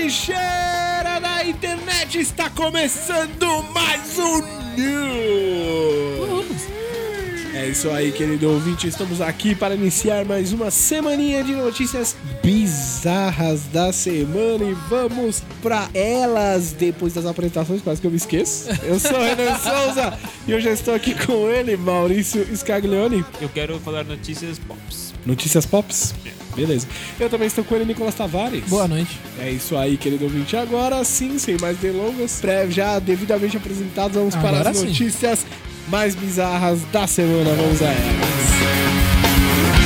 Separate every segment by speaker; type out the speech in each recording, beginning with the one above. Speaker 1: trincheira da internet está começando mais um News. É isso aí, querido ouvinte. Estamos aqui para iniciar mais uma semaninha de notícias bizarras da semana e vamos para elas depois das apresentações, quase que eu me esqueço. Eu sou o Renan Souza e eu já estou aqui com ele, Maurício Scaglione.
Speaker 2: Eu quero falar notícias pops.
Speaker 1: Notícias Pops? Beleza. Eu também estou com ele, Nicolas Tavares.
Speaker 3: Boa noite.
Speaker 1: É isso aí, querido ouvinte. Agora sim, sem mais delongas, pré- já devidamente apresentados, vamos para
Speaker 3: Agora
Speaker 1: as
Speaker 3: sim.
Speaker 1: notícias mais bizarras da semana. Vamos a elas.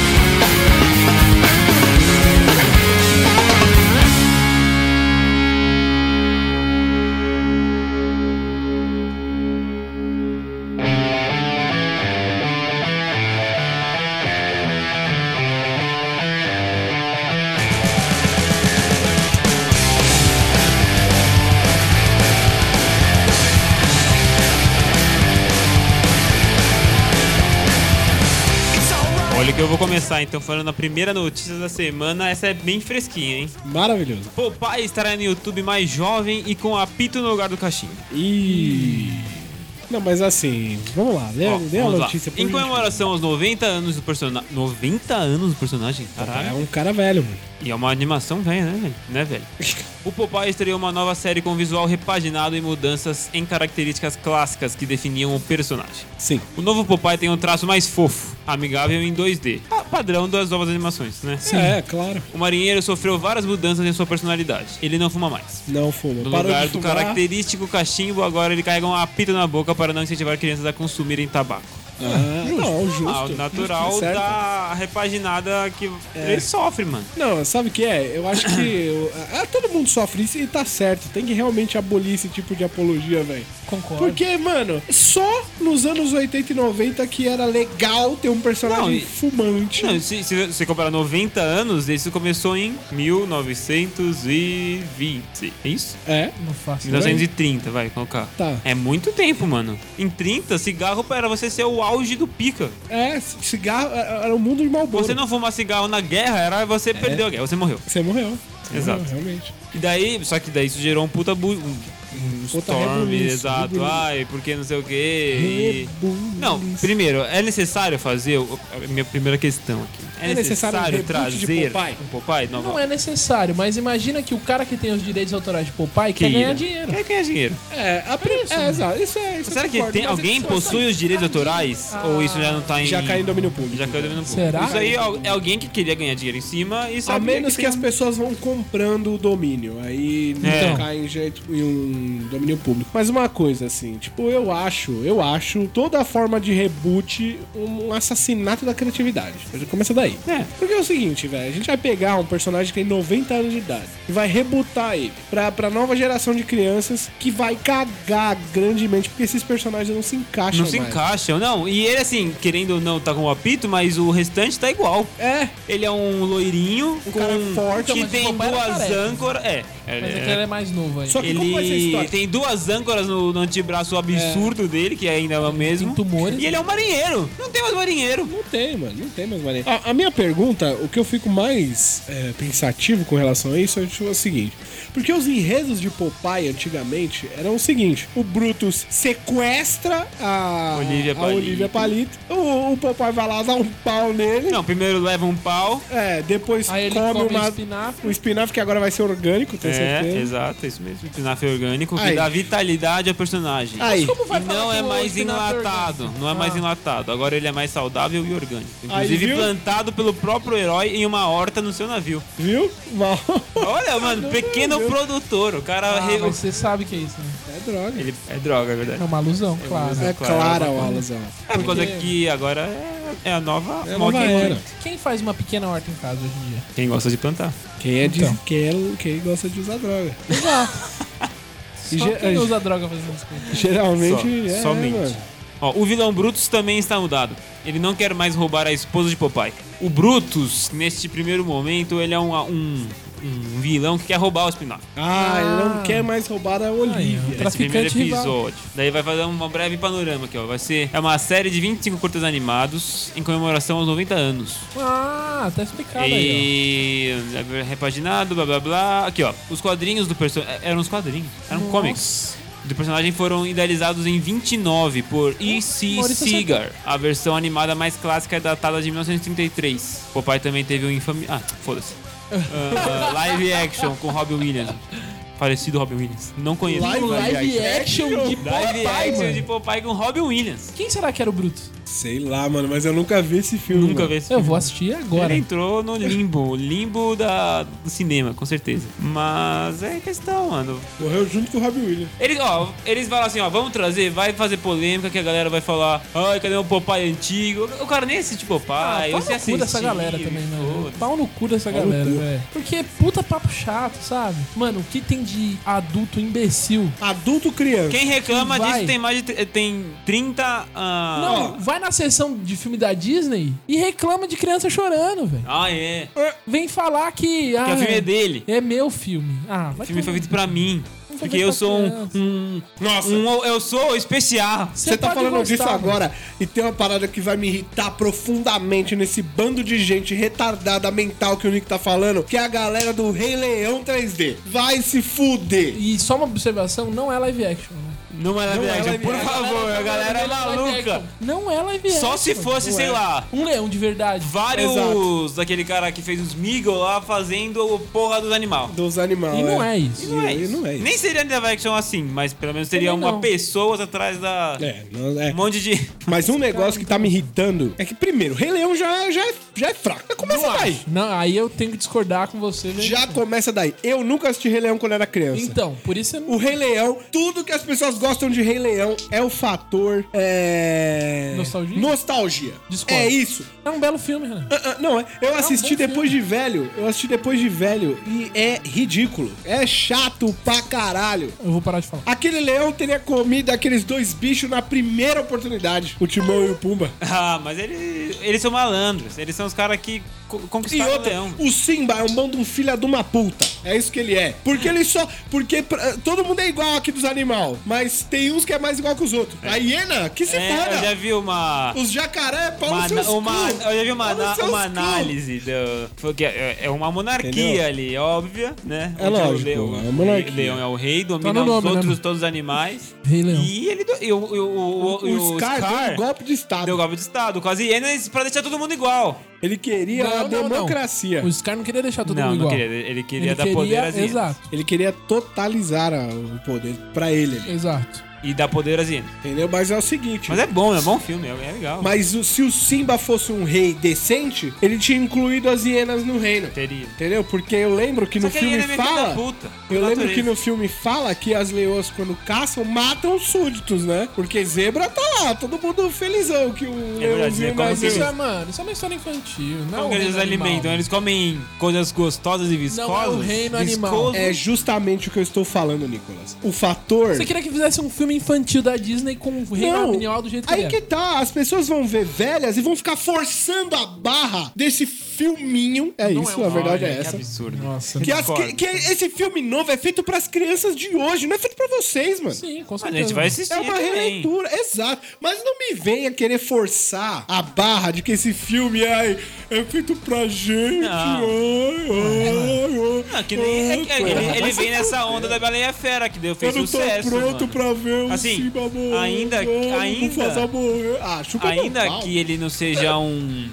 Speaker 2: Olha que eu vou começar então falando a primeira notícia da semana. Essa é bem fresquinha, hein?
Speaker 1: Maravilhoso.
Speaker 2: Popeye estará no YouTube mais jovem e com apito no lugar do cachimbo.
Speaker 1: E. Não, mas assim, vamos lá, lê,
Speaker 2: Ó,
Speaker 1: lê a
Speaker 2: vamos lá.
Speaker 1: notícia. por
Speaker 2: Em
Speaker 1: gente.
Speaker 2: comemoração aos 90 anos do personagem. 90 anos do personagem?
Speaker 1: É
Speaker 2: Caralho.
Speaker 1: um cara velho, mano.
Speaker 2: E é uma animação velha, né, velho? Né, velho? O Popeye estreou uma nova série com visual repaginado e mudanças em características clássicas que definiam o personagem.
Speaker 1: Sim.
Speaker 2: O novo Popeye tem um traço mais fofo, amigável em 2D. Ah, Padrão das novas animações, né?
Speaker 1: É, claro.
Speaker 2: O marinheiro sofreu várias mudanças em sua personalidade. Ele não fuma mais.
Speaker 1: Não fuma.
Speaker 2: No
Speaker 1: Parou
Speaker 2: lugar
Speaker 1: de
Speaker 2: do
Speaker 1: fumar.
Speaker 2: característico cachimbo, agora ele carrega um apito na boca para não incentivar crianças a consumirem tabaco.
Speaker 1: Ah, não, justo.
Speaker 2: ah, o natural
Speaker 1: justo, certo. É.
Speaker 2: da repaginada que ele sofre, mano.
Speaker 1: Não, sabe o que é? Eu acho que. eu- ah, todo mundo sofre isso e tá certo. Tem que realmente abolir esse tipo de apologia, velho.
Speaker 3: Concordo.
Speaker 1: Porque, mano, só nos anos 80 e 90 que era legal ter um personagem
Speaker 2: Não, e-
Speaker 1: fumante.
Speaker 2: Não, se, se você comparar 90 anos, isso começou em 1920. É isso?
Speaker 1: É?
Speaker 3: Não faço.
Speaker 2: 1930, vai colocar.
Speaker 1: Tá.
Speaker 2: É muito tempo, mano. Em 30, cigarro era você ser o auge do pica.
Speaker 1: É, cigarro era era o mundo de Malboro.
Speaker 2: Você não fumar cigarro na guerra, era você
Speaker 1: É.
Speaker 2: perdeu a guerra, você morreu.
Speaker 1: Você morreu. Você
Speaker 2: Exato.
Speaker 1: morreu, realmente.
Speaker 2: E daí, só que daí isso gerou um puta bu... um, um
Speaker 1: Puta
Speaker 2: storm,
Speaker 1: rebuliço,
Speaker 2: exato.
Speaker 1: rebuliço.
Speaker 2: Ai, porque não sei o quê. e-
Speaker 1: Rebuliço.
Speaker 2: Não, primeiro, é necessário fazer. o- A minha primeira questão aqui. É,
Speaker 1: É necessário
Speaker 2: necessário,
Speaker 1: um reboot de
Speaker 2: trazer
Speaker 1: Popeye?
Speaker 2: um Popeye? Não,
Speaker 3: Não é necessário, mas imagina que o cara que tem os direitos autorais de Popeye quer
Speaker 2: Queira.
Speaker 3: ganhar dinheiro.
Speaker 2: Quer ganhar dinheiro.
Speaker 1: É, a pri...
Speaker 3: isso,
Speaker 1: é,
Speaker 3: mano.
Speaker 1: exato. Isso é. Isso eu
Speaker 2: Será que
Speaker 1: concordo,
Speaker 2: tem,
Speaker 1: mas
Speaker 2: alguém
Speaker 1: isso é
Speaker 2: possui os direitos autorais? Ou isso já não tá em.
Speaker 1: só- Já caiu em domínio público.
Speaker 2: Já caiu no domínio público.
Speaker 3: Será?
Speaker 2: Isso aí é al- é alguém que queria ganhar dinheiro em cima e
Speaker 1: A
Speaker 2: sabia
Speaker 1: menos que,
Speaker 2: tem-
Speaker 1: as pessoas vão comprando o domínio. Aí não
Speaker 2: É.
Speaker 1: cai em, jeito, em um domínio público. Mas uma coisa, assim, tipo, eu acho, eu acho toda forma de reboot um assassinato da criatividade. Eu já começa daí.
Speaker 2: É.
Speaker 1: Porque é o seguinte, velho, a gente vai pegar um personagem que tem 90 anos de idade e vai rebutar ele pra, pra nova geração de crianças que vai cagar grandemente, porque esses personagens não se encaixam.
Speaker 2: Não se
Speaker 1: mais.
Speaker 2: encaixam, não. E ele, assim, querendo ou não, tá com o apito, mas o restante tá igual.
Speaker 1: É,
Speaker 2: Ele é um loirinho com
Speaker 1: cara forte, é
Speaker 2: que
Speaker 3: mas
Speaker 2: tem
Speaker 3: o papai era
Speaker 2: duas
Speaker 3: careca.
Speaker 2: âncoras. É, ele,
Speaker 3: Mas é que ele é mais novo ainda.
Speaker 1: Só que como vai ser a história?
Speaker 2: tem duas âncoras no, no antebraço absurdo dele, que ainda é o mesmo.
Speaker 3: tem tumores.
Speaker 2: E ele é um marinheiro. Não tem mais marinheiro.
Speaker 1: Não tem, mano. Não tem mais maneira. A, a minha pergunta, o que eu fico mais é, pensativo com relação a isso é tipo, o seguinte. Porque os enredos de Popeye antigamente eram o seguinte. O Brutus sequestra a
Speaker 2: Olivia
Speaker 1: a
Speaker 2: Palito.
Speaker 1: Olivia Palito. O, o Popeye vai lá dar um pau nele.
Speaker 2: Não, primeiro leva um pau.
Speaker 1: É, depois
Speaker 3: Aí ele
Speaker 1: come,
Speaker 3: come um
Speaker 1: uma,
Speaker 3: o espinafre.
Speaker 1: o espinafre, que agora vai ser orgânico, tenho
Speaker 2: É,
Speaker 1: certeza.
Speaker 2: exato, isso mesmo. Espinafre orgânico,
Speaker 1: Aí.
Speaker 2: que dá vitalidade ao personagem.
Speaker 1: Aí,
Speaker 3: Como vai
Speaker 2: E
Speaker 3: falar
Speaker 2: não
Speaker 3: que
Speaker 2: é
Speaker 3: o
Speaker 2: mais
Speaker 3: espinafre
Speaker 2: enlatado,
Speaker 3: orgânico?
Speaker 2: não é mais
Speaker 3: Ah.
Speaker 2: enlatado. Agora ele é mais saudável e orgânico.
Speaker 1: Aí,
Speaker 2: Inclusive
Speaker 1: viu?
Speaker 2: plantado pelo próprio herói em uma horta no seu navio.
Speaker 1: viu? Mal.
Speaker 2: Olha, mano, pequeno
Speaker 1: meu Deus.
Speaker 2: produtor. O cara.
Speaker 3: Ah,
Speaker 2: re-
Speaker 3: mas você sabe que é isso, né?
Speaker 1: É droga.
Speaker 2: Ele é droga, é verdade.
Speaker 3: É uma alusão, claro.
Speaker 1: É
Speaker 2: claro,
Speaker 1: clara
Speaker 2: bacana.
Speaker 1: o alusão.
Speaker 2: É por causa que agora é, é a nova
Speaker 1: É a
Speaker 2: moda
Speaker 1: nova
Speaker 2: que-
Speaker 1: era.
Speaker 3: Quem faz uma pequena horta em casa hoje em dia?
Speaker 2: Quem gosta de plantar.
Speaker 1: Quem, é de,
Speaker 3: Então.
Speaker 1: quem, é- quem gosta de usar droga.
Speaker 3: Só
Speaker 1: ge-
Speaker 3: quem
Speaker 1: a-
Speaker 3: usa droga fazendo isso.
Speaker 1: Geralmente
Speaker 2: Só-
Speaker 1: é,
Speaker 2: somente.
Speaker 1: mano.
Speaker 2: Ó, o vilão Brutus também está mudado. Ele não quer mais roubar a esposa de Popeye. O Brutus, neste primeiro momento, ele é um, um, um vilão que quer roubar o spin-off.
Speaker 1: Ah, ele não
Speaker 3: Ah.
Speaker 1: quer mais roubar a Olivia.
Speaker 3: Aí,
Speaker 2: Esse primeiro
Speaker 3: Traficante rival.
Speaker 2: episódio. Daí vai fazer uma breve panorama aqui, ó. Vai ser é uma série de 25 curtas animados em comemoração aos 90 anos.
Speaker 3: Ah, tá explicado aí,
Speaker 2: e é repaginado, blá blá blá. Aqui, ó. Os quadrinhos do personagem. Eram os quadrinhos. Eram
Speaker 3: Nossa.
Speaker 2: comics. Do personagem foram idealizados em 29 por E.C.
Speaker 3: Maurício
Speaker 2: Seeger. A versão animada mais clássica é datada de 1933. Popeye também teve um infame. Ah, foda-se. Ah, live action com Robin Williams. Falecido Robin Williams. Não
Speaker 3: ó.
Speaker 2: conheço.
Speaker 3: Live, live action de
Speaker 2: Live
Speaker 3: Popeye,
Speaker 2: action de
Speaker 3: mano.
Speaker 2: Popeye com Robin Williams.
Speaker 3: Quem será que era o Bruto?
Speaker 1: Sei lá, mano, mas eu nunca vi esse filme.
Speaker 2: Nunca
Speaker 1: mano.
Speaker 2: vi esse
Speaker 3: Eu
Speaker 2: filme.
Speaker 3: vou assistir agora.
Speaker 2: Ele entrou no limbo, limbo da, do cinema, com certeza. Mas é questão, mano.
Speaker 1: Morreu junto com o Robin Williams.
Speaker 2: Eles, ó, eles falam assim, ó, vamos trazer, vai fazer polêmica que a galera vai falar, ai, cadê o Popeye antigo? O cara nem assiste Popeye,
Speaker 3: Ah, pau
Speaker 2: você
Speaker 3: no cu
Speaker 2: assiste.
Speaker 3: dessa galera também, né? mano. Pau no cu dessa
Speaker 1: Pau no
Speaker 3: galera,
Speaker 1: cu.
Speaker 3: velho. Porque é puta papo chato, sabe? Mano, o que tem de adulto imbecil?
Speaker 1: Adulto criança.
Speaker 2: Quem reclama
Speaker 3: Vai.
Speaker 2: disso tem mais de tr- tem 30 ah,
Speaker 3: Não, vai na sessão de filme da Disney e reclama de criança chorando, velho.
Speaker 2: Ah, é.
Speaker 3: Vem falar que.
Speaker 2: Que
Speaker 3: Ah,
Speaker 2: o filme é dele.
Speaker 3: é meu filme. Ah, vai
Speaker 2: O filme
Speaker 3: tomar-
Speaker 2: foi feito pra mim.
Speaker 3: Não foi
Speaker 2: Porque
Speaker 3: feito
Speaker 2: eu
Speaker 3: pra
Speaker 2: sou um,
Speaker 3: criança.
Speaker 2: um,
Speaker 1: Nossa,
Speaker 2: um- Eu sou especial.
Speaker 1: você tá
Speaker 3: pode
Speaker 1: falando
Speaker 3: gostar,
Speaker 1: disso
Speaker 3: mano.
Speaker 1: agora e tem uma parada que vai me irritar profundamente nesse bando de gente retardada mental que o Nick tá falando, que é a galera do Rei Leão 3D. Vai se fuder.
Speaker 3: E só uma observação, não é live action, né?
Speaker 2: Não é live
Speaker 1: Não é
Speaker 2: action,
Speaker 1: live
Speaker 2: por
Speaker 1: action.
Speaker 2: favor, a galera é
Speaker 3: Live
Speaker 2: maluca.
Speaker 3: action. Não é live action.
Speaker 2: Só se fosse, sei lá,
Speaker 3: Um leão de verdade.
Speaker 2: vários
Speaker 1: Exato.
Speaker 2: daquele cara que fez os Meagle lá fazendo o porra dos animal.
Speaker 1: Dos animais.
Speaker 3: E não é isso.
Speaker 1: Não é isso. Não é isso.
Speaker 2: Nem seria live action assim, mas pelo menos seria
Speaker 3: Também
Speaker 2: uma
Speaker 3: não.
Speaker 2: pessoa atrás da.
Speaker 1: É, não é.
Speaker 2: Um monte de.
Speaker 1: Mas um negócio que tá me irritando é que, primeiro, Rei Leão já, já, é- já é fraco. Mas Começa daí.
Speaker 3: Não, aí eu tenho que discordar com você, velho.
Speaker 1: Já começa daí. Eu nunca assisti Rei Leão quando era criança.
Speaker 3: Então, por isso eu não.
Speaker 1: O Rei Leão, tudo que as pessoas gostam de Rei Leão é o fator. É...
Speaker 3: Nostalgia?
Speaker 1: Nostalgia.
Speaker 3: Discordo.
Speaker 1: É isso.
Speaker 3: É um belo filme, Renan.
Speaker 1: Ah, ah, não, é- eu assisti
Speaker 3: bom filme.
Speaker 1: depois de velho. Eu assisti depois de velho e é ridículo. É chato pra caralho.
Speaker 3: Eu vou parar de falar.
Speaker 1: Aquele leão teria comido aqueles dois bichos na primeira oportunidade. O Timão e o Pumba.
Speaker 2: Ah, mas eles, eles são malandros. Eles são os caras que co-
Speaker 1: E
Speaker 2: conquistaram o
Speaker 1: outra,
Speaker 2: leão.
Speaker 1: o Simba é um bando de filha de uma puta. É isso que ele é. Porque ele só. Porque pra- todo mundo é igual aqui dos animais. Mas tem uns que é mais igual que os outros. A hiena, que se
Speaker 2: É, eu
Speaker 1: foda.
Speaker 2: já vi uma.
Speaker 1: Os jacaré é pau
Speaker 2: Uma,
Speaker 1: nos seus
Speaker 2: uma,
Speaker 1: cu.
Speaker 2: eu já vi uma,
Speaker 1: Pau nos
Speaker 2: ana-
Speaker 1: seus
Speaker 2: uma
Speaker 1: cu.
Speaker 2: análise do, foi que é, é uma monarquia
Speaker 1: Entendeu?
Speaker 2: ali, óbvia, né?
Speaker 1: É
Speaker 2: Onde o
Speaker 1: lógico,
Speaker 2: leão-
Speaker 1: é uma monarquia. Tá
Speaker 2: o Leão é o rei, domina
Speaker 3: no
Speaker 2: os
Speaker 3: nome, né,
Speaker 2: outros,
Speaker 3: mano?
Speaker 2: todos os animais.
Speaker 3: Rei Leão.
Speaker 2: E ele do, e o, e o, o,
Speaker 1: O,
Speaker 2: e
Speaker 1: Scar, deu um golpe de Estado.
Speaker 2: deu golpe de estado, quase hienas pra deixar todo mundo igual.
Speaker 1: Ele queria a democracia.
Speaker 3: O Scar não queria deixar todo
Speaker 2: não,
Speaker 3: mundo
Speaker 2: não
Speaker 3: igual.
Speaker 2: queria, ele queria
Speaker 3: Ele
Speaker 2: dar poder às hienas.
Speaker 3: Exato,
Speaker 1: Ele queria totalizar a- o poder pra ele, ali,
Speaker 3: exato.
Speaker 2: E dar poder às hienas.
Speaker 1: entendeu? Mas é o seguinte.
Speaker 2: Mas
Speaker 1: Mas,
Speaker 2: é bom, é bom filme, é, é legal.
Speaker 1: o- se o Simba fosse um rei decente, ele tinha incluído as hienas no reino.
Speaker 2: Teria.
Speaker 1: Entendeu? Porque eu lembro que
Speaker 2: Só
Speaker 1: no
Speaker 2: que a
Speaker 1: filme
Speaker 2: hiena é meio filha da
Speaker 1: fala.
Speaker 2: puta, por
Speaker 1: Eu lembro
Speaker 2: natureza.
Speaker 1: que no filme fala que as leoas, quando caçam, matam os súditos, né? Porque zebra tá lá, todo mundo felizão que o
Speaker 2: verdade, né?
Speaker 1: leãozinho
Speaker 2: Como
Speaker 1: mais
Speaker 2: que
Speaker 3: Isso
Speaker 1: velho-
Speaker 3: é, mano, isso é uma história infantil. Não, é o
Speaker 2: Como que eles
Speaker 3: reino animal.
Speaker 2: alimentam? Eles comem coisas gostosas e
Speaker 3: Não
Speaker 2: viscosas.
Speaker 3: é o reino animal.
Speaker 2: Viscoso. um
Speaker 1: É justamente o que eu estou falando, Nicolas. O fator.
Speaker 3: Você queria que fizesse um filme infantil da Disney com o Rei
Speaker 1: Não,
Speaker 3: Animal do jeito que
Speaker 1: aí
Speaker 3: ele
Speaker 1: que
Speaker 3: é.
Speaker 1: tá, as pessoas vão ver velhas e vão ficar forçando a barra desse filminho. É
Speaker 3: Não
Speaker 1: isso,
Speaker 3: é um
Speaker 1: a verdade
Speaker 2: Olha,
Speaker 1: é essa.
Speaker 2: Que absurdo.
Speaker 3: Nossa.
Speaker 1: Que, as-
Speaker 2: Concordo.
Speaker 1: que- que esse filme novo é feito pras crianças de hoje, não é feito pra vocês, mano.
Speaker 3: Sim, com
Speaker 2: A
Speaker 3: certeza.
Speaker 2: gente vai assistir
Speaker 1: É uma
Speaker 2: também.
Speaker 1: releitura, exato. Mas não me venha querer forçar a barra de que esse filme ai, é, feito pra gente.
Speaker 2: Não.
Speaker 1: ai, ai, ai,
Speaker 2: Ah, que nem- é- é-
Speaker 1: ai,
Speaker 2: ele,
Speaker 1: cara.
Speaker 2: ele vem nessa onda da Baleia Fera, que deu,
Speaker 1: Eu
Speaker 2: fez
Speaker 1: não tô
Speaker 2: sucesso.
Speaker 1: pronto
Speaker 2: mano.
Speaker 1: pra ver o
Speaker 2: Assim,
Speaker 1: Simba morrer.
Speaker 2: ainda- ainda-
Speaker 1: morrer. Ah, chupa meu
Speaker 2: Ainda
Speaker 1: pau.
Speaker 2: que ele não seja um.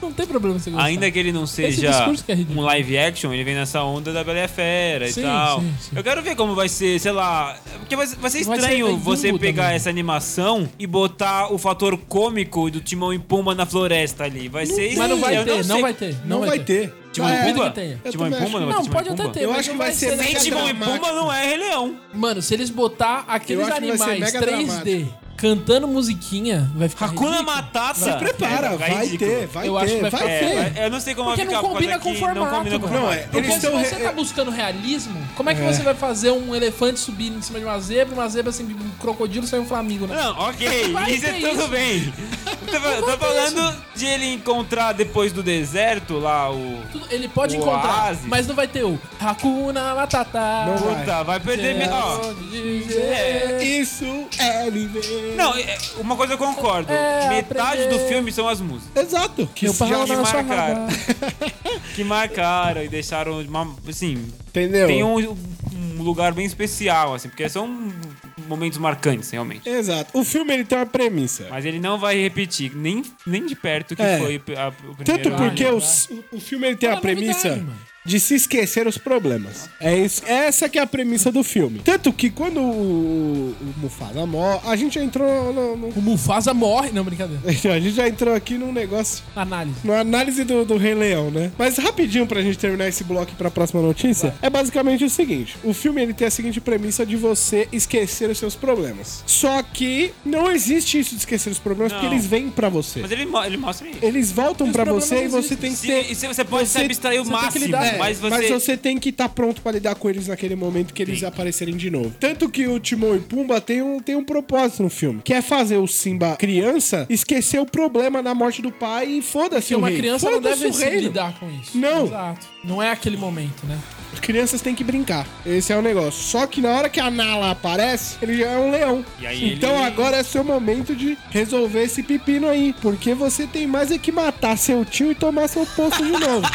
Speaker 3: Não tem problema você gostar.
Speaker 2: Ainda que ele não seja
Speaker 3: discurso que é ridículo.
Speaker 2: um live action, ele vem nessa onda da Bela e a Fera
Speaker 3: Sim,
Speaker 2: e tal.
Speaker 3: sim, sim.
Speaker 2: Eu quero ver como vai ser, sei lá. Porque vai, vai ser
Speaker 3: Vai ser
Speaker 2: estranho
Speaker 3: bem
Speaker 2: você
Speaker 3: Dumbo
Speaker 2: pegar
Speaker 3: também.
Speaker 2: essa animação e botar o fator cômico do Timão e Pumba na floresta ali. Vai ser
Speaker 3: Mas não vai
Speaker 2: eu
Speaker 3: ter, não,
Speaker 2: sei.
Speaker 3: vai ter.
Speaker 1: Não vai ter.
Speaker 2: Timão
Speaker 1: Ah,
Speaker 2: e
Speaker 1: é.
Speaker 3: Duvido
Speaker 2: Pumba?
Speaker 3: que tenha.
Speaker 1: Eu
Speaker 2: Timão e
Speaker 1: também
Speaker 2: Pumba
Speaker 1: acho.
Speaker 2: não vai ter Timão
Speaker 3: Não,
Speaker 2: e
Speaker 3: pode até
Speaker 2: Pumba?
Speaker 3: ter.
Speaker 1: Eu
Speaker 3: mas
Speaker 1: acho que
Speaker 3: não
Speaker 1: vai ser
Speaker 3: nada
Speaker 2: Nem
Speaker 1: mega
Speaker 2: Timão e
Speaker 1: dramático.
Speaker 2: Pumba não é Rei Leão.
Speaker 3: Mano, se eles botar aqueles
Speaker 1: acho que vai ser
Speaker 3: animais
Speaker 1: mega
Speaker 3: 3D cantando musiquinha, vai ficar
Speaker 2: Hakuna
Speaker 3: ridículo.
Speaker 2: Matata.
Speaker 1: Se prepara,
Speaker 2: É,
Speaker 1: vai
Speaker 2: ridículo.
Speaker 1: ter, vai
Speaker 3: Eu
Speaker 1: ter,
Speaker 3: acho que vai
Speaker 1: vai
Speaker 3: ficar-
Speaker 2: É,
Speaker 1: ter.
Speaker 2: vai- eu não sei como
Speaker 3: Porque
Speaker 2: vai ficar
Speaker 3: não combina
Speaker 2: por causa
Speaker 3: com o
Speaker 2: que
Speaker 3: formato, né?
Speaker 2: Não combina com o
Speaker 3: mano.
Speaker 1: Não,
Speaker 2: formato.
Speaker 1: é,
Speaker 3: Porque
Speaker 1: eles
Speaker 3: se
Speaker 1: estão...
Speaker 3: você tá buscando realismo, como é que você vai fazer um elefante subir em cima de uma zebra, uma zebra assim,
Speaker 2: É.
Speaker 3: um crocodilo sair um flamingo, né?
Speaker 2: Não, ok,
Speaker 3: Vai
Speaker 2: isso é
Speaker 3: ter
Speaker 2: tudo
Speaker 3: isso.
Speaker 2: bem. Eu Tô, tô
Speaker 3: Não vai ter
Speaker 2: falando de ele encontrar depois do deserto lá o.
Speaker 3: Tudo- Ele pode
Speaker 2: O
Speaker 3: encontrar,
Speaker 2: Oasis.
Speaker 3: mas não vai ter o Hakuna Matata.
Speaker 1: Não vai.
Speaker 2: Puta, vai perder. me- Ó,
Speaker 3: Dizer.
Speaker 1: Isso é viver.
Speaker 2: não, é- uma coisa eu concordo.
Speaker 3: É,
Speaker 2: Metade
Speaker 3: aprender.
Speaker 2: do filme são as músicas.
Speaker 1: Exato.
Speaker 2: Que
Speaker 3: Eu
Speaker 2: já
Speaker 3: falo
Speaker 2: me
Speaker 3: na sua
Speaker 2: marcaram.
Speaker 3: raba.
Speaker 2: Que marcaram e deixaram. Uma, assim,
Speaker 1: Entendeu?
Speaker 2: tem um, um lugar bem especial, assim, porque são momentos marcantes, realmente.
Speaker 1: Exato. O filme ele tem uma premissa.
Speaker 2: Mas ele não vai repetir, nem, nem de perto que
Speaker 1: É.
Speaker 2: foi a- o primeiro.
Speaker 1: Tanto porque
Speaker 2: Ah,
Speaker 1: o, s- o filme ele tem
Speaker 3: É
Speaker 1: a premissa
Speaker 3: né? novidade, mano.
Speaker 1: de se esquecer os problemas. É isso, essa que é a premissa do filme. Tanto que quando o, o Mufasa morre, a gente já entrou no, no-
Speaker 3: O Mufasa morre. Não, brincadeira.
Speaker 1: a gente já entrou aqui num negócio,
Speaker 3: Análise.
Speaker 1: numa análise do, do Rei Leão, né? Mas rapidinho pra gente terminar esse bloco e pra próxima notícia, é basicamente o seguinte: o filme ele tem a seguinte premissa de você esquecer os seus problemas. Só que não existe isso de esquecer os problemas
Speaker 2: Não.
Speaker 1: porque eles vêm pra você.
Speaker 2: Mas ele, mo- ele mostra isso.
Speaker 1: Eles voltam pra
Speaker 3: problemas
Speaker 1: você e
Speaker 3: existem.
Speaker 1: você tem que
Speaker 2: Se-
Speaker 1: ter
Speaker 2: e se você pode se
Speaker 1: você-
Speaker 2: abstrair o
Speaker 1: você
Speaker 3: tem que
Speaker 2: máximo,
Speaker 3: lidar, é,
Speaker 2: mas você.
Speaker 1: tem que estar pronto pra lidar com eles naquele momento que eles
Speaker 2: Sim.
Speaker 1: aparecerem de novo. Tanto que o Timão e Pumba tem um, tem um propósito no filme, que é fazer o Simba criança esquecer o problema da morte do pai e foda-se
Speaker 3: Porque
Speaker 1: o
Speaker 3: uma
Speaker 1: rei.
Speaker 3: criança não
Speaker 1: Foda-se
Speaker 3: deve
Speaker 1: o
Speaker 3: se
Speaker 1: reino.
Speaker 3: lidar com isso.
Speaker 1: Não.
Speaker 3: Exato. Não é aquele momento, né?
Speaker 1: Crianças têm que brincar. Esse é o negócio. Só que na hora que a Nala aparece, ele já é um leão.
Speaker 2: E aí
Speaker 1: então
Speaker 2: ele-
Speaker 1: agora é seu momento de resolver esse pepino aí. Porque você tem mais é que matar seu tio e tomar seu posto de novo.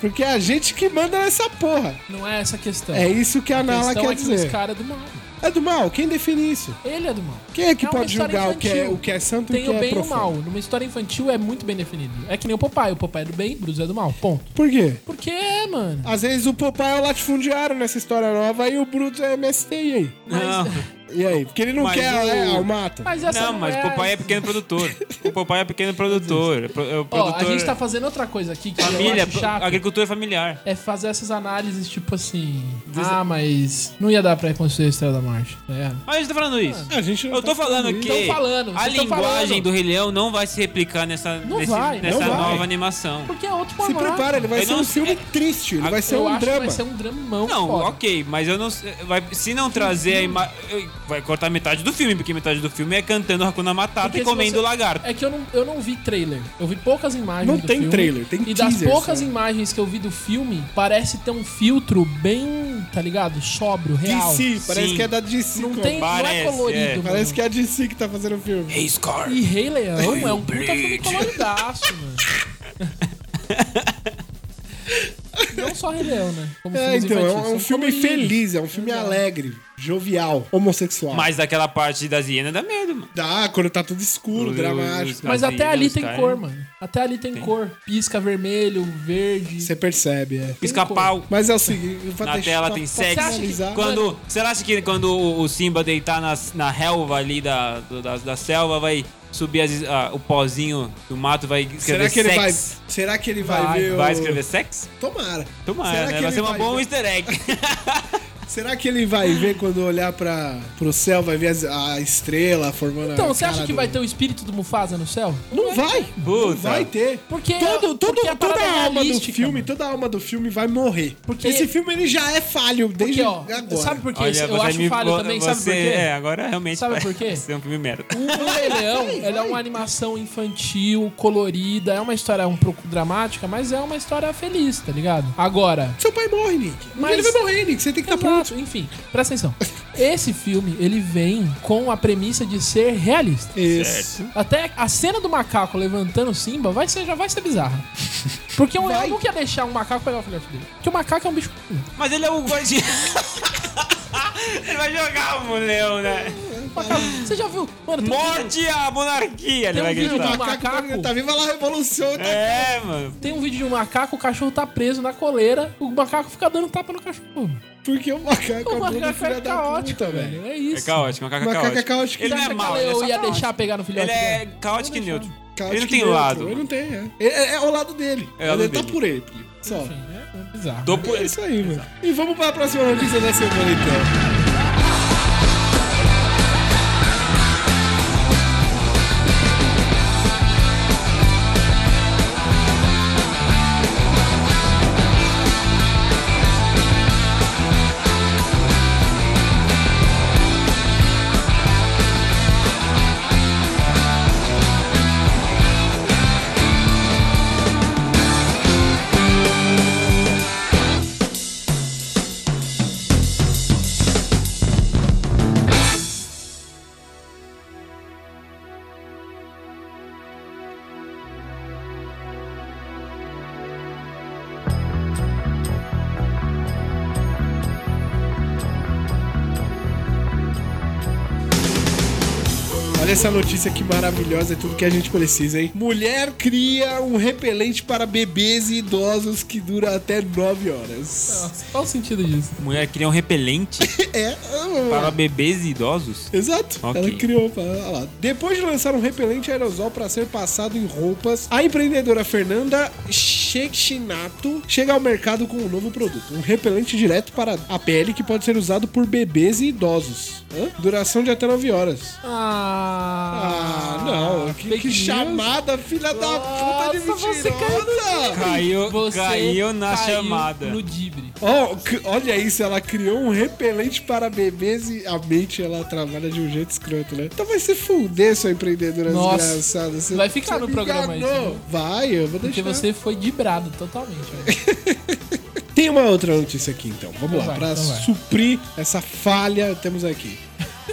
Speaker 1: Porque é a gente que manda nessa porra.
Speaker 3: Não é essa a questão.
Speaker 1: É isso que a,
Speaker 3: a
Speaker 1: Nala
Speaker 3: questão
Speaker 1: quer
Speaker 3: é que
Speaker 1: dizer.
Speaker 3: os caras é do mal.
Speaker 1: É do mal, quem define isso?
Speaker 3: Ele é do mal.
Speaker 1: Quem é que
Speaker 3: É uma
Speaker 1: pode
Speaker 3: história
Speaker 1: julgar o que é,
Speaker 3: infantil.
Speaker 1: o que é santo e
Speaker 3: Tem
Speaker 1: o que
Speaker 3: o
Speaker 1: é
Speaker 3: bem e o
Speaker 1: profano?
Speaker 3: mal. Numa história infantil é muito bem definido. É que nem o Popeye. O Popeye é do bem, Bruce é do mal. Ponto.
Speaker 1: Por quê?
Speaker 3: Por quê, mano?
Speaker 1: Às vezes o Popeye é o latifundiário nessa história nova e o Bruto é MST e aí.
Speaker 2: Não,
Speaker 1: E aí? Porque ele não
Speaker 2: Mas
Speaker 1: quer
Speaker 2: o-
Speaker 1: é, a mata.
Speaker 3: Mas essa
Speaker 2: não, mas o Popeye é pequeno produtor. O Popeye é pequeno produtor. É pro- é o
Speaker 3: Ó,
Speaker 2: produtor.
Speaker 3: a gente tá fazendo outra coisa aqui que
Speaker 2: Família, é
Speaker 3: eu acho chato.
Speaker 2: agricultura familiar.
Speaker 3: É fazer essas análises, tipo assim... Ah, mas não ia dar pra reconstruir a Estrela da Morte. É.
Speaker 2: Mas a gente tá falando isso.
Speaker 1: A gente não
Speaker 2: Eu tô
Speaker 1: tá
Speaker 2: falando
Speaker 1: isso.
Speaker 2: que
Speaker 3: Tão falando,
Speaker 2: a
Speaker 3: vocês tão
Speaker 2: linguagem
Speaker 3: falando.
Speaker 2: do Rei Leão não vai se replicar nessa,
Speaker 3: Não
Speaker 2: nesse-
Speaker 3: vai, não
Speaker 2: nessa
Speaker 1: vai.
Speaker 2: nova animação.
Speaker 3: Porque é outro
Speaker 1: Se
Speaker 3: formato.
Speaker 1: prepara, ele vai
Speaker 2: Eu
Speaker 1: ser
Speaker 2: não-
Speaker 1: um filme
Speaker 2: é-
Speaker 1: triste, ele vai ser
Speaker 3: eu
Speaker 1: um
Speaker 3: acho que
Speaker 1: drama.
Speaker 3: vai ser um dramão
Speaker 2: Não,
Speaker 3: foda.
Speaker 2: ok, mas eu não sei. vai- se não trazer
Speaker 3: Uhum.
Speaker 2: a imagem. Vai cortar metade do filme, porque metade do filme é cantando Hakuna Matata
Speaker 3: Porque
Speaker 2: e
Speaker 3: se
Speaker 2: comendo
Speaker 3: você-
Speaker 2: lagarto.
Speaker 3: É que eu não, eu não vi trailer. Eu vi poucas imagens
Speaker 1: Não
Speaker 3: do
Speaker 1: tem
Speaker 3: filme.
Speaker 1: trailer, tem né?
Speaker 3: E das
Speaker 1: teaser
Speaker 3: poucas
Speaker 1: só.
Speaker 3: imagens que eu vi do filme, parece ter um filtro bem, tá ligado? Sóbrio, real.
Speaker 1: DC, parece
Speaker 2: Sim.
Speaker 1: que é da DC.
Speaker 3: Não
Speaker 1: cara.
Speaker 3: tem,
Speaker 2: Parece,
Speaker 3: não é colorido.
Speaker 2: é.
Speaker 3: mano.
Speaker 1: Parece que é a DC que tá fazendo o filme.
Speaker 3: É
Speaker 2: Hey, Scar!
Speaker 3: E Rei Leão é um puta filme coloridaço, mano. Não só Rei Leão, né? Como
Speaker 1: É,
Speaker 3: filmes
Speaker 1: então, é
Speaker 3: infantis,
Speaker 1: um, é um
Speaker 3: são
Speaker 1: filme
Speaker 3: coloridos.
Speaker 1: feliz, é um filme alegre, jovial, homossexual.
Speaker 2: Mas daquela parte das hienas dá medo, mano.
Speaker 1: Dá, quando tá tudo escuro,
Speaker 2: Os-
Speaker 1: dramático.
Speaker 2: as
Speaker 3: Mas até
Speaker 2: hienas,
Speaker 3: ali
Speaker 2: os
Speaker 3: tem
Speaker 2: caras-
Speaker 3: cor, mano. Até ali tem, cor. Pisca vermelho, verde.
Speaker 1: Você percebe, é.
Speaker 2: Pisca-pau.
Speaker 1: Mas é o seguinte, eu vou
Speaker 2: Na
Speaker 1: deixar
Speaker 2: tela
Speaker 1: pra-
Speaker 2: tem
Speaker 1: pra
Speaker 2: sexo.
Speaker 1: finalizar.
Speaker 2: Quando, você acha que quando o o Simba deitar nas- na relva ali da, do- da, da selva, vai subir as- ah, o pozinho do mato, vai
Speaker 1: Será
Speaker 2: escrever
Speaker 1: que, ele vai,
Speaker 2: sexo?
Speaker 1: será que ele vai,
Speaker 3: Vai,
Speaker 1: ver o...
Speaker 2: Vai escrever sexo?
Speaker 1: Tomara.
Speaker 2: Tomara,
Speaker 1: Será que
Speaker 2: né?
Speaker 1: ele
Speaker 2: Vai ser um
Speaker 1: vai
Speaker 2: bom
Speaker 1: ver?
Speaker 2: easter egg.
Speaker 1: Será que ele vai ver quando olhar pra, pro céu, vai ver as- a estrela formando
Speaker 3: Então,
Speaker 1: a
Speaker 3: você acha
Speaker 1: cara
Speaker 3: que
Speaker 1: do-
Speaker 3: vai ter o espírito do Mufasa no céu?
Speaker 1: Não vai. Não
Speaker 2: Puta.
Speaker 1: vai ter.
Speaker 3: Porque,
Speaker 1: Todo, todo,
Speaker 3: porque a
Speaker 1: toda
Speaker 3: parada é
Speaker 1: a alma do
Speaker 3: realística,
Speaker 1: filme,
Speaker 3: mano.
Speaker 1: toda a alma do filme vai morrer.
Speaker 3: Porque-
Speaker 1: Esse filme ele já é falho desde
Speaker 3: Porque, ó,
Speaker 1: agora.
Speaker 3: sabe por quê?
Speaker 2: Olha,
Speaker 3: eu
Speaker 2: você
Speaker 3: acho
Speaker 2: me-
Speaker 3: falho
Speaker 2: vo-
Speaker 3: também,
Speaker 2: você,
Speaker 3: sabe por quê?
Speaker 2: É, agora realmente
Speaker 3: Sabe
Speaker 2: vai
Speaker 3: por quê?
Speaker 2: ser um filme merda.
Speaker 3: O Rei Leão, ela é uma animação infantil, colorida, é uma história um pouco dramática, mas é uma história feliz, tá ligado? Agora,
Speaker 1: Seu pai morre, Nick. Um dia
Speaker 3: Mas-
Speaker 1: Ele vai morrer, Nick. Você tem que tá estar pronto.
Speaker 3: Exato, enfim, presta atenção. Esse filme, ele vem com a premissa de ser realista.
Speaker 1: Isso.
Speaker 3: Até a cena do macaco levantando o Simba vai ser, já vai ser bizarra. Porque um leão
Speaker 1: Vai.
Speaker 3: nunca ia deixar um macaco pegar o filhote dele. Porque o macaco é um bicho.
Speaker 2: Mas ele é o guardião. ele vai jogar o leão, né?
Speaker 3: O macaco-
Speaker 1: É.
Speaker 3: Você já viu? Mano, tem um vídeo-
Speaker 2: Morte a monarquia, ele
Speaker 3: Tem
Speaker 2: vai
Speaker 3: um vídeo
Speaker 2: gritar.
Speaker 3: do macaco.
Speaker 1: Tá viva lá a revolução. tá?
Speaker 2: É, mano.
Speaker 3: Tem um vídeo de um macaco, o cachorro tá preso na coleira, o macaco fica dando tapa no cachorro.
Speaker 1: Porque o macaco
Speaker 3: O
Speaker 1: é bunda
Speaker 3: macaco
Speaker 1: filha
Speaker 3: é
Speaker 1: da
Speaker 3: caótico,
Speaker 1: puta,
Speaker 3: velho. É isso.
Speaker 2: É caótico, macaco é
Speaker 1: Macaco é
Speaker 2: caótico.
Speaker 1: caótico.
Speaker 2: Ele
Speaker 3: Você
Speaker 2: não
Speaker 3: acha
Speaker 2: é
Speaker 3: que
Speaker 2: mau,
Speaker 3: a
Speaker 2: ele é
Speaker 3: Leo
Speaker 2: só
Speaker 3: ia
Speaker 2: caótico.
Speaker 3: deixar pegar no filhote
Speaker 2: Ele é
Speaker 3: dele?
Speaker 2: caótico e neutro.
Speaker 1: Caótico
Speaker 2: Ele não tem
Speaker 1: neutro.
Speaker 2: lado.
Speaker 1: Ele
Speaker 2: mano.
Speaker 1: não tem, é. É, é, é o lado dele.
Speaker 2: É o lado
Speaker 1: ele tá
Speaker 2: dele.
Speaker 1: por ele. Só.
Speaker 3: Enfim, é bizarro.
Speaker 2: Tô por
Speaker 1: É isso aí, mano. E vamos para a próxima notícia da semana, então. Olha essa notícia que maravilhosa, é tudo que a gente precisa, hein? Mulher cria um repelente para bebês e idosos que dura até 9 horas.
Speaker 3: Nossa, qual o sentido disso?
Speaker 2: Mulher cria um repelente
Speaker 1: É, ah,
Speaker 2: para bebês e idosos?
Speaker 1: Exato.
Speaker 2: Ok.
Speaker 1: Ela criou. pra- olha lá. Depois de lançar um repelente aerosol para ser passado em roupas, a empreendedora Fernanda Shechinato chega ao mercado com um novo produto. Um repelente direto para a pele que pode ser usado por bebês e idosos. Hã? Duração de até 9 horas.
Speaker 3: Ah,
Speaker 1: Ah, não. Que,
Speaker 3: fake
Speaker 1: que
Speaker 3: news.
Speaker 1: chamada, filha da puta de
Speaker 3: Nossa, você
Speaker 1: mentirosa.
Speaker 3: caiu
Speaker 2: Caiu,
Speaker 3: Você
Speaker 2: caiu na
Speaker 3: caiu
Speaker 2: chamada.
Speaker 3: No dibre.
Speaker 1: Ó, c- olha isso, ela criou um repelente para bebês e a mente ela trabalha de um jeito escroto, né? Então vai se fuder, sua empreendedora
Speaker 3: Nossa.
Speaker 1: desgraçada. Você-
Speaker 3: Vai ficar
Speaker 1: você
Speaker 3: no
Speaker 1: me
Speaker 3: programa
Speaker 1: enganou.
Speaker 3: isso, né?
Speaker 1: Vai, eu vou
Speaker 3: Porque
Speaker 1: deixar.
Speaker 3: você foi dibrado totalmente. velho.
Speaker 1: Tem uma outra notícia aqui, então. Vamos lá,
Speaker 3: vai,
Speaker 1: para
Speaker 3: então vai.
Speaker 1: suprir essa falha, temos aqui.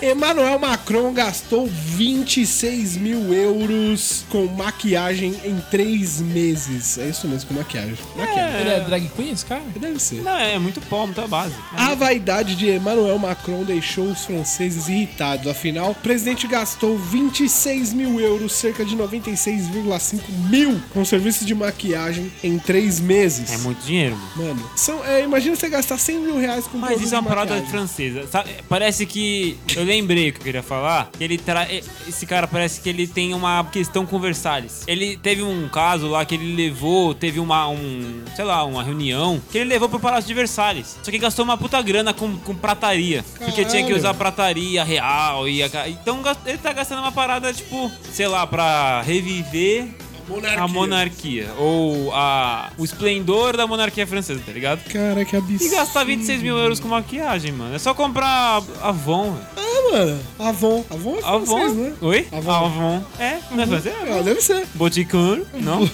Speaker 1: Emmanuel Macron gastou 26 mil euros com maquiagem em três meses. É isso mesmo, com maquiagem. Maquiagem.
Speaker 3: Ele é drag queen, esse cara?
Speaker 1: Deve ser.
Speaker 2: Não, é muito pó, muita base.
Speaker 1: A vaidade de Emmanuel Macron deixou os franceses irritados. Afinal, o presidente gastou 26 mil euros, cerca de 96,5 mil, com serviços de maquiagem em três meses.
Speaker 2: É muito dinheiro, mano.
Speaker 1: Mano, são, é, imagina você gastar 100 mil reais com
Speaker 2: Mas
Speaker 1: produto
Speaker 2: isso é uma
Speaker 1: de
Speaker 2: parada
Speaker 1: maquiagem.
Speaker 2: francesa. sabe? Parece que. Eu lembrei o que eu queria falar. Que ele tra... Esse cara parece que ele tem uma questão com Versalhes. Ele teve um caso lá que ele levou, teve uma. Um, sei lá, uma reunião. Que ele levou pro Palácio de Versalhes. Só que gastou uma puta grana com, com prataria. Porque tinha que
Speaker 1: Caralho.
Speaker 2: usar prataria real e. a ca- Então gas- ele tá gastando uma parada, tipo, sei lá, pra reviver.
Speaker 1: Monarquia.
Speaker 2: A monarquia, ou a, o esplendor da monarquia francesa, tá ligado?
Speaker 1: Cara, que
Speaker 2: E
Speaker 1: absurdo.
Speaker 2: gastar 26 mil euros com maquiagem, mano. É só comprar Avon. velho.
Speaker 1: Ah, mano. Avon. Avon é
Speaker 2: Avon.
Speaker 1: francês, né?
Speaker 2: Oi?
Speaker 1: Avon.
Speaker 2: Avon. É, não
Speaker 3: Uhum.
Speaker 2: é francês?
Speaker 1: Ah, deve ser.
Speaker 2: Boticão, não?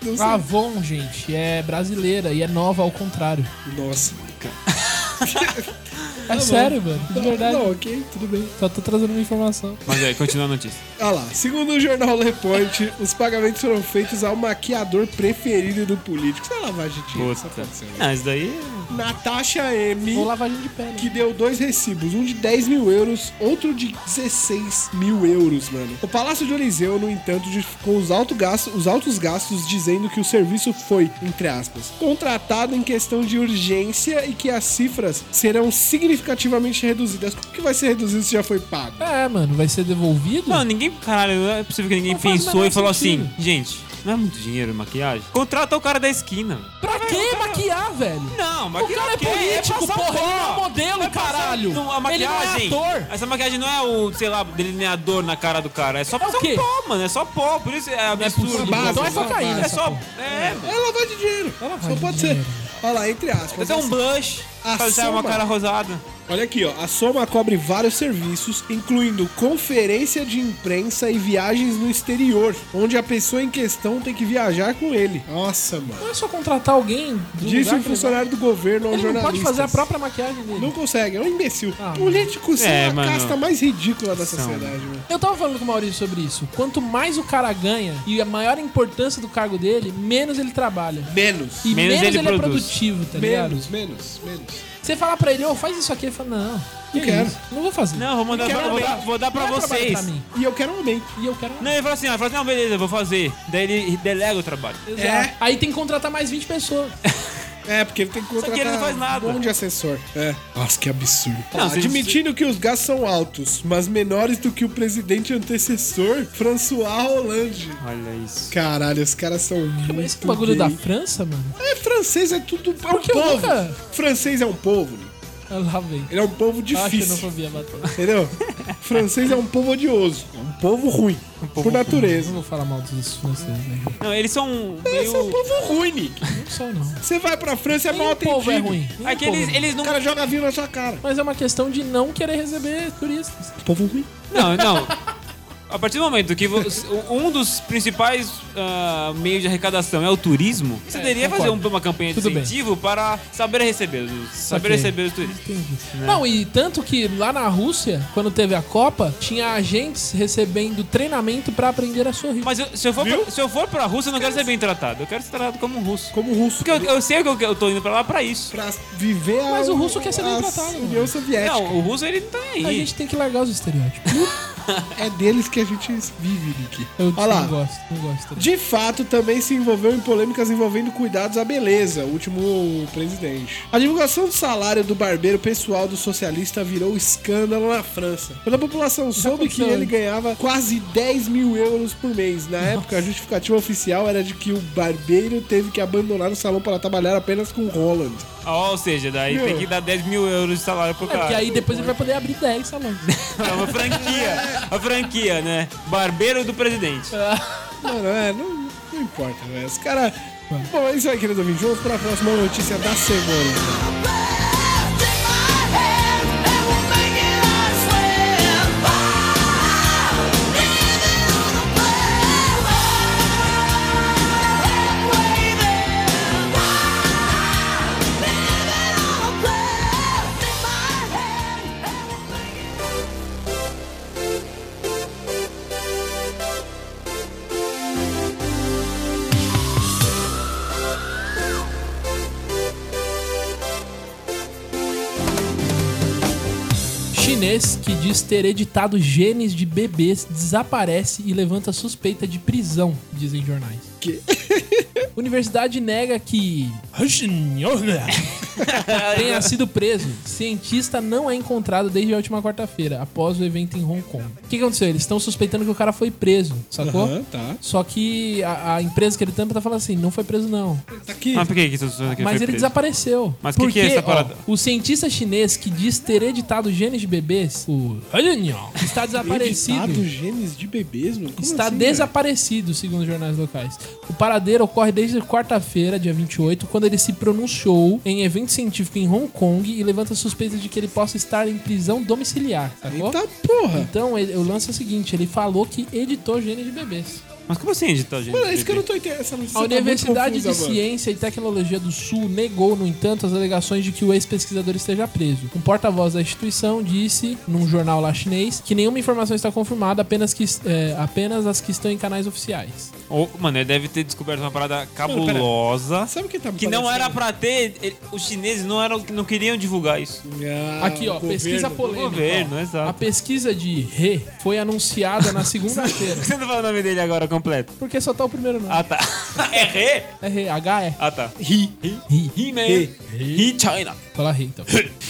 Speaker 1: Deve ser.
Speaker 3: Avon, gente, é brasileira e é nova ao contrário.
Speaker 1: Nossa.
Speaker 3: É sério, mano. De verdade.
Speaker 1: Tá Não, ok, tudo bem.
Speaker 3: Só tô trazendo uma informação.
Speaker 2: Mas é, continua a notícia.
Speaker 1: Ah lá, segundo o jornal Le Point, os pagamentos foram feitos ao maquiador preferido do político. Isso é lavagem de dinheiro, só
Speaker 2: Puta.
Speaker 1: pode ser, né?
Speaker 2: Não, Ah, isso daí.
Speaker 3: Hum.
Speaker 1: Natasha M,
Speaker 3: Ou lavagem de pele.
Speaker 1: que deu dois recibos, um de 10 mil euros, outro de 16 mil euros, mano. O Palácio do Eliseu, no entanto, justificou os, alto gasto- os altos gastos, dizendo que o serviço foi, entre aspas, contratado em questão de urgência e que as cifras serão significativamente reduzidas. Como que vai ser reduzido se já foi pago?
Speaker 3: É, mano, vai ser devolvido?
Speaker 2: Mano, ninguém. Caralho, não é possível que ninguém
Speaker 3: Não faz o
Speaker 2: pensou e
Speaker 3: menor
Speaker 2: falou
Speaker 3: sentido.
Speaker 2: assim: gente, não é muito dinheiro maquiagem? Contrata o cara da esquina.
Speaker 3: pra que maquiar, velho?
Speaker 2: Não,
Speaker 3: O
Speaker 2: maquiagem.
Speaker 3: cara é
Speaker 2: o quê?
Speaker 3: político,
Speaker 2: passar
Speaker 3: porra,
Speaker 2: pó.
Speaker 3: ele não é modelo,
Speaker 2: Vai passar-
Speaker 3: caralho.
Speaker 2: Não, a
Speaker 3: Ele não é
Speaker 2: maquiagem.
Speaker 3: ator.
Speaker 2: Essa maquiagem não é o, sei lá, delineador na cara do cara. É só passar
Speaker 3: quê?
Speaker 2: pó, mano. É só pó. Por isso é
Speaker 3: possível.
Speaker 2: absurdo.
Speaker 1: Base,
Speaker 3: Então é
Speaker 1: só
Speaker 3: cocaína.
Speaker 1: base.
Speaker 2: É só. É, mano.
Speaker 1: É lavagem de dinheiro.
Speaker 3: lavagem
Speaker 1: Só
Speaker 3: de
Speaker 1: pode
Speaker 3: dinheiro.
Speaker 1: ser. Olha lá, entre aspas.
Speaker 2: Até um blush.
Speaker 1: A
Speaker 2: Pra deixar uma
Speaker 1: soma.
Speaker 2: cara rosada.
Speaker 1: Olha aqui, ó. A soma cobre vários serviços, incluindo conferência de imprensa e viagens no exterior, onde a pessoa em questão tem que viajar com ele. Nossa, mano.
Speaker 3: Não é só contratar alguém. do
Speaker 1: Disse
Speaker 3: lugar
Speaker 1: um
Speaker 3: que
Speaker 1: funcionário do governo
Speaker 3: Ele,
Speaker 1: ao
Speaker 3: vai- ele não
Speaker 1: jornalista.
Speaker 3: pode fazer a própria maquiagem dele.
Speaker 1: Não consegue, é um imbecil.
Speaker 3: Ah,
Speaker 1: Políticos são
Speaker 2: É,
Speaker 1: a
Speaker 2: mano.
Speaker 1: casta mais ridícula da
Speaker 2: São.
Speaker 1: sociedade, né? mano.
Speaker 3: Eu tava falando com o Maurício sobre isso. Quanto mais o cara ganha e a maior a importância do cargo dele, menos ele trabalha.
Speaker 1: Menos.
Speaker 3: E menos,
Speaker 2: Menos ele
Speaker 3: ele, é
Speaker 2: produz.
Speaker 3: produtivo, tá ligado?
Speaker 1: Menos, menos, menos.
Speaker 3: Você fala pra ele, ô, faz isso aqui. Ele fala, não, que
Speaker 1: quero.
Speaker 3: isso? Não vou fazer.
Speaker 2: Não, vou mandar.
Speaker 1: Quero
Speaker 2: Vou, vou
Speaker 1: ver.
Speaker 2: dar, vou dar pra
Speaker 3: Não é trabalho
Speaker 2: vocês.
Speaker 3: pra mim.
Speaker 1: E eu quero um aumento.
Speaker 3: E eu quero...
Speaker 2: não, ele falou assim, ó, ele falou assim, não, beleza, eu vou fazer. Daí ele delega o trabalho.
Speaker 3: Exato. Aí tem que contratar mais 20 pessoas.
Speaker 1: É, porque ele tem que contratar
Speaker 2: que ele não faz nada.
Speaker 1: um monte de assessor. É. Nossa, que absurdo.
Speaker 2: Não,
Speaker 1: Ó,
Speaker 2: se-
Speaker 1: admitindo que os gastos são altos, mas menores do que o presidente antecessor, François Hollande.
Speaker 2: Olha isso.
Speaker 1: Caralho, os caras são muito
Speaker 3: Mas esse
Speaker 1: gay.
Speaker 3: bagulho da França, mano...
Speaker 1: É francês, é tudo... É um
Speaker 3: Por que eu
Speaker 1: povo.
Speaker 3: nunca-
Speaker 1: Francês é um povo, Nico.
Speaker 3: Ah, Lá vem.
Speaker 1: Ele é um povo
Speaker 3: Ah,
Speaker 1: difícil,
Speaker 3: xenofobia matou.
Speaker 1: entendeu? francês é um povo odioso. É um povo ruim.
Speaker 2: povo
Speaker 1: por
Speaker 2: ruim.
Speaker 1: natureza.
Speaker 3: Não vou falar mal dos franceses, né?
Speaker 2: Não, eles são
Speaker 1: Esse é um
Speaker 2: meio...
Speaker 1: povo ruim, Nick.
Speaker 3: Não sou, não.
Speaker 1: Você vai pra França, é mal
Speaker 3: Nenhum povo
Speaker 1: atendido.
Speaker 3: é ruim. nenhum
Speaker 2: É que eles,
Speaker 3: povo.
Speaker 2: eles não...
Speaker 1: O cara joga vinho na sua cara.
Speaker 3: Mas é uma questão de não querer receber turistas.
Speaker 1: Povo ruim.
Speaker 2: Não, não. A partir do momento que você- um dos principais ah, meios de arrecadação é o turismo, você
Speaker 3: É,
Speaker 2: deveria fazer
Speaker 3: concordo.
Speaker 2: um- uma campanha de
Speaker 3: Tudo bem.
Speaker 2: incentivo para saber receber os, saber
Speaker 3: Ok.
Speaker 2: receber os turistas.
Speaker 1: É.
Speaker 3: Não, e tanto que lá na Rússia, quando teve a Copa, tinha agentes recebendo treinamento pra aprender a sorrir.
Speaker 2: Mas eu- se, eu for
Speaker 1: Viu?
Speaker 2: pra, se eu for pra Rússia, eu não quero ser bem tratado. Eu quero ser tratado como um russo.
Speaker 1: Como russo.
Speaker 2: Porque eu, eu sei que eu, eu tô indo pra lá pra isso.
Speaker 1: pra viver a,
Speaker 3: Mas o russo quer ser bem
Speaker 1: a
Speaker 3: tratado, né?
Speaker 1: União Soviética.
Speaker 2: Não, o russo ele não tá nem
Speaker 3: A
Speaker 2: aí.
Speaker 3: gente tem que largar os estereótipos.
Speaker 1: É deles que a gente vive, Nick.
Speaker 3: Eu
Speaker 1: Olha lá.
Speaker 3: não gosto, não gosto.
Speaker 1: De fato, também se envolveu em polêmicas envolvendo cuidados à beleza, o último presidente. A divulgação do salário do barbeiro pessoal do socialista virou escândalo na França. Quando a população soube que
Speaker 3: aconteceu né?
Speaker 1: ele
Speaker 3: antes.
Speaker 1: ganhava quase 10 mil euros por mês. Na época, a justificativa oficial era de que o barbeiro teve que abandonar o salão para trabalhar apenas com Roland.
Speaker 2: Ó, Ou seja, daí
Speaker 1: Meu.
Speaker 2: tem que dar 10 mil euros de salário pro
Speaker 3: É
Speaker 2: cara.
Speaker 3: porque aí depois ele vai poder abrir 10 salões.
Speaker 2: É uma franquia. A franquia, né? Barbeiro do presidente.
Speaker 1: Mano, é, não, não importa, velho. Os caras. Bom, é isso aí, querido ouvinte. Vamos para a próxima notícia da semana.
Speaker 4: Take my hand and we'll make it. I swear. Living on a prayer. Living on a prayer. Take my hand and we'll make it.
Speaker 3: Chinês que diz ter editado genes de bebês desaparece e levanta suspeita de prisão, dizem jornais.
Speaker 1: Que-
Speaker 3: Universidade nega que tenha sido preso. Cientista não é encontrado desde a última quarta-feira, após o evento em Hong Kong. O que aconteceu? Eles estão suspeitando que o cara foi preso, sacou?
Speaker 1: Aham, tá.
Speaker 3: Só que a, a empresa que ele tampa tá falando assim, não foi preso não.
Speaker 1: Tá aqui.
Speaker 3: Ah,
Speaker 2: Mas por que que tu que ele
Speaker 3: Mas
Speaker 2: foi
Speaker 3: ele
Speaker 2: preso?
Speaker 3: desapareceu.
Speaker 2: Mas que que é essa
Speaker 3: ó,
Speaker 2: parada?
Speaker 3: o cientista chinês que diz ter editado genes de bebês, o Hanyang, está
Speaker 1: Editado
Speaker 3: desaparecido.
Speaker 1: genes de bebês, mano? Como
Speaker 3: Está
Speaker 1: assim, velho?
Speaker 3: desaparecido, segundo os jornais locais. O paradeiro ocorre desde quarta-feira, dia 28, quando ele se pronunciou em evento científico em Hong Kong e levanta suspeita de que ele possa estar em prisão domiciliar, sacou?
Speaker 1: Eita porra!
Speaker 3: Então, ele- o lance é o seguinte, ele falou que editou genes de bebês.
Speaker 2: Mas como assim editar, gente?
Speaker 1: Mano, é isso que eu não tô entendendo. Essa notícia
Speaker 3: A
Speaker 1: tá muito
Speaker 3: Universidade
Speaker 1: confusa,
Speaker 3: de
Speaker 1: mano.
Speaker 3: Ciência e Tecnologia do Sul negou, no entanto, as alegações de que o ex-pesquisador esteja preso. Um porta-voz da instituição disse, num jornal lá chinês, que nenhuma informação está confirmada, apenas, que, é, apenas as que estão em canais oficiais.
Speaker 2: Ou- mano, ele deve ter descoberto uma parada
Speaker 1: pera.
Speaker 2: cabulosa.
Speaker 1: Sabe o que tá me
Speaker 2: que não
Speaker 1: parecendo?
Speaker 2: era pra ter. ele- os chineses não, eram, não queriam divulgar isso.
Speaker 1: Ah,
Speaker 3: Aqui, ó,
Speaker 1: o governo.
Speaker 3: pesquisa
Speaker 1: né?
Speaker 3: polêmica.
Speaker 2: O governo,
Speaker 3: ó.
Speaker 2: exato.
Speaker 3: A pesquisa de He foi anunciada na segunda-feira.
Speaker 2: Você não fala o nome dele agora completo.
Speaker 3: Porque só tá o primeiro nome.
Speaker 2: Ah, tá. É Rê?
Speaker 3: É He, H-E.
Speaker 2: Ah, tá.
Speaker 1: Ri.
Speaker 3: He.
Speaker 2: He-Man.
Speaker 1: He.
Speaker 2: He-China.
Speaker 3: Fala rei, então.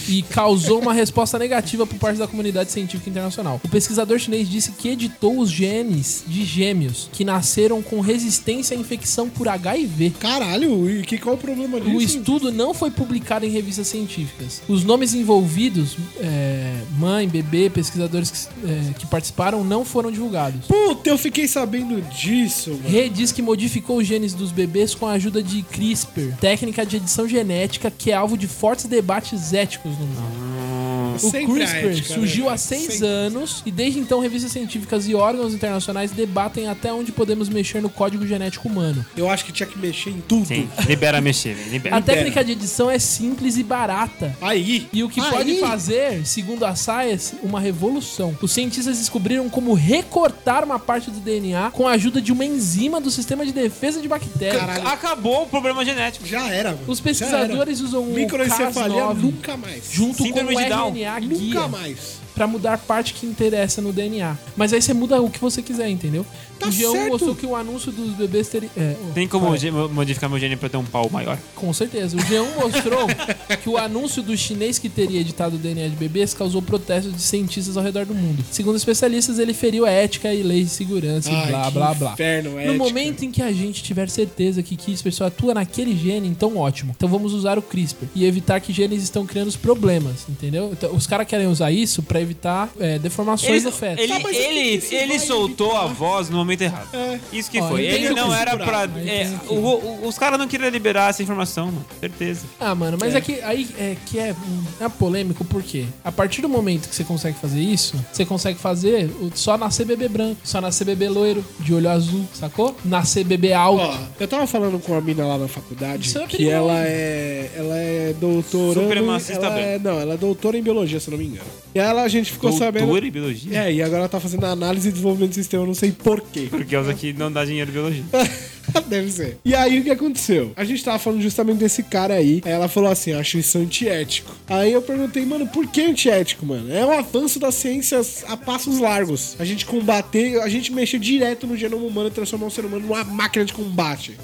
Speaker 3: E causou uma resposta negativa por parte da comunidade científica internacional. O pesquisador chinês disse que editou os genes de gêmeos que nasceram com resistência à infecção por HIV.
Speaker 1: Caralho, e que, qual é o problema disso?
Speaker 3: O estudo não foi publicado em revistas científicas. Os nomes envolvidos, é, mãe, bebê, pesquisadores que, é, que participaram, não foram divulgados.
Speaker 1: Puta, eu fiquei sabendo disso, mano.
Speaker 3: Re diz que modificou os genes dos bebês com a ajuda de CRISPR, técnica de edição genética que é alvo de fortes debates éticos no mundo. O
Speaker 1: Sempre a
Speaker 3: CRISPR
Speaker 1: ética,
Speaker 3: surgiu
Speaker 1: né?
Speaker 3: há seis
Speaker 1: Sempre.
Speaker 3: anos e desde então revistas científicas e órgãos internacionais debatem até onde podemos mexer no código genético humano.
Speaker 1: Eu acho que tinha que mexer em tudo.
Speaker 2: Sim, libera mexer, velho. Libera.
Speaker 3: A técnica de edição é simples e barata.
Speaker 1: Aí.
Speaker 3: E o que
Speaker 1: Aí.
Speaker 3: pode fazer, segundo a Science, uma revolução. Os cientistas descobriram como recortar uma parte do DNA com a ajuda de uma enzima do sistema de defesa de bactérias.
Speaker 1: Caralho.
Speaker 2: Acabou o problema genético.
Speaker 1: Já era, mano.
Speaker 3: Os
Speaker 1: Já era.
Speaker 3: pesquisadores usam o
Speaker 1: Microencefalia
Speaker 3: Cas9
Speaker 1: nunca mais.
Speaker 3: junto com
Speaker 2: Síndrome
Speaker 3: o
Speaker 2: de Down.
Speaker 3: RNA guia.
Speaker 1: Nunca mais.
Speaker 3: Pra mudar parte que interessa no DNA. Mas aí você muda o que você quiser, entendeu?
Speaker 1: Tá
Speaker 3: o G1
Speaker 1: certo.
Speaker 3: mostrou que o anúncio dos bebês teria. é, ó,
Speaker 2: Tem como
Speaker 3: vai.
Speaker 2: ge- mo- modificar meu gene pra eu ter um pau maior?
Speaker 3: Com certeza. O G1 mostrou que o anúncio do chinês que teria editado o DNA de bebês causou protestos de cientistas ao redor do mundo. Segundo especialistas, ele feriu a ética e leis de segurança
Speaker 1: Ai,
Speaker 3: e blá
Speaker 1: que
Speaker 3: blá blá.
Speaker 1: inferno, é
Speaker 3: no
Speaker 1: ética.
Speaker 3: momento em que a gente tiver certeza que CRISPR só atua naquele gene, então ótimo. Então vamos usar o CRISPR e evitar que genes estão criando os problemas, entendeu? Então, os caras querem usar isso pra evitar é, deformações do feto.
Speaker 2: ele,
Speaker 1: Tá, mas
Speaker 2: ele,
Speaker 1: isso
Speaker 2: ele
Speaker 1: vai
Speaker 2: soltou a voz no momento errado.
Speaker 1: É.
Speaker 2: Isso que
Speaker 3: Ó,
Speaker 2: foi.
Speaker 3: eu
Speaker 2: Ele
Speaker 3: entendo
Speaker 2: não
Speaker 3: que
Speaker 2: era pra. é,
Speaker 3: seguraram, eu entendo que-
Speaker 2: o- o- os caras não queriam liberar essa informação, mano. Certeza.
Speaker 3: Ah, mano, mas é, que aí é que é, hum, é polêmico porque a partir do momento que você consegue fazer isso, você consegue fazer o- só nascer bebê branco, só nascer bebê loiro, de olho azul, sacou? Nascer bebê alto.
Speaker 1: Ó, eu tava falando com uma mina lá na faculdade
Speaker 3: Isso é
Speaker 1: que
Speaker 3: perigoso.
Speaker 1: ela é. Ela é doutora.
Speaker 2: Supremacista
Speaker 1: ela é, Não, ela é doutora em biologia, se eu não me engano. E ela a gente ficou
Speaker 2: Cultura
Speaker 1: sabendo.
Speaker 2: e biologia.
Speaker 1: É, e agora ela tá fazendo análise e desenvolvimento de sistema, eu não sei porquê.
Speaker 2: Porque os aqui não dá dinheiro em biologia.
Speaker 1: Deve ser. E aí o que aconteceu? A gente tava falando justamente desse cara aí. Aí ela falou assim: acho isso antiético. Aí eu perguntei, mano, por que antiético, mano? É um avanço das ciências a passos largos. A gente combater, a gente mexer direto no genoma humano e transformar o ser humano numa máquina de combate.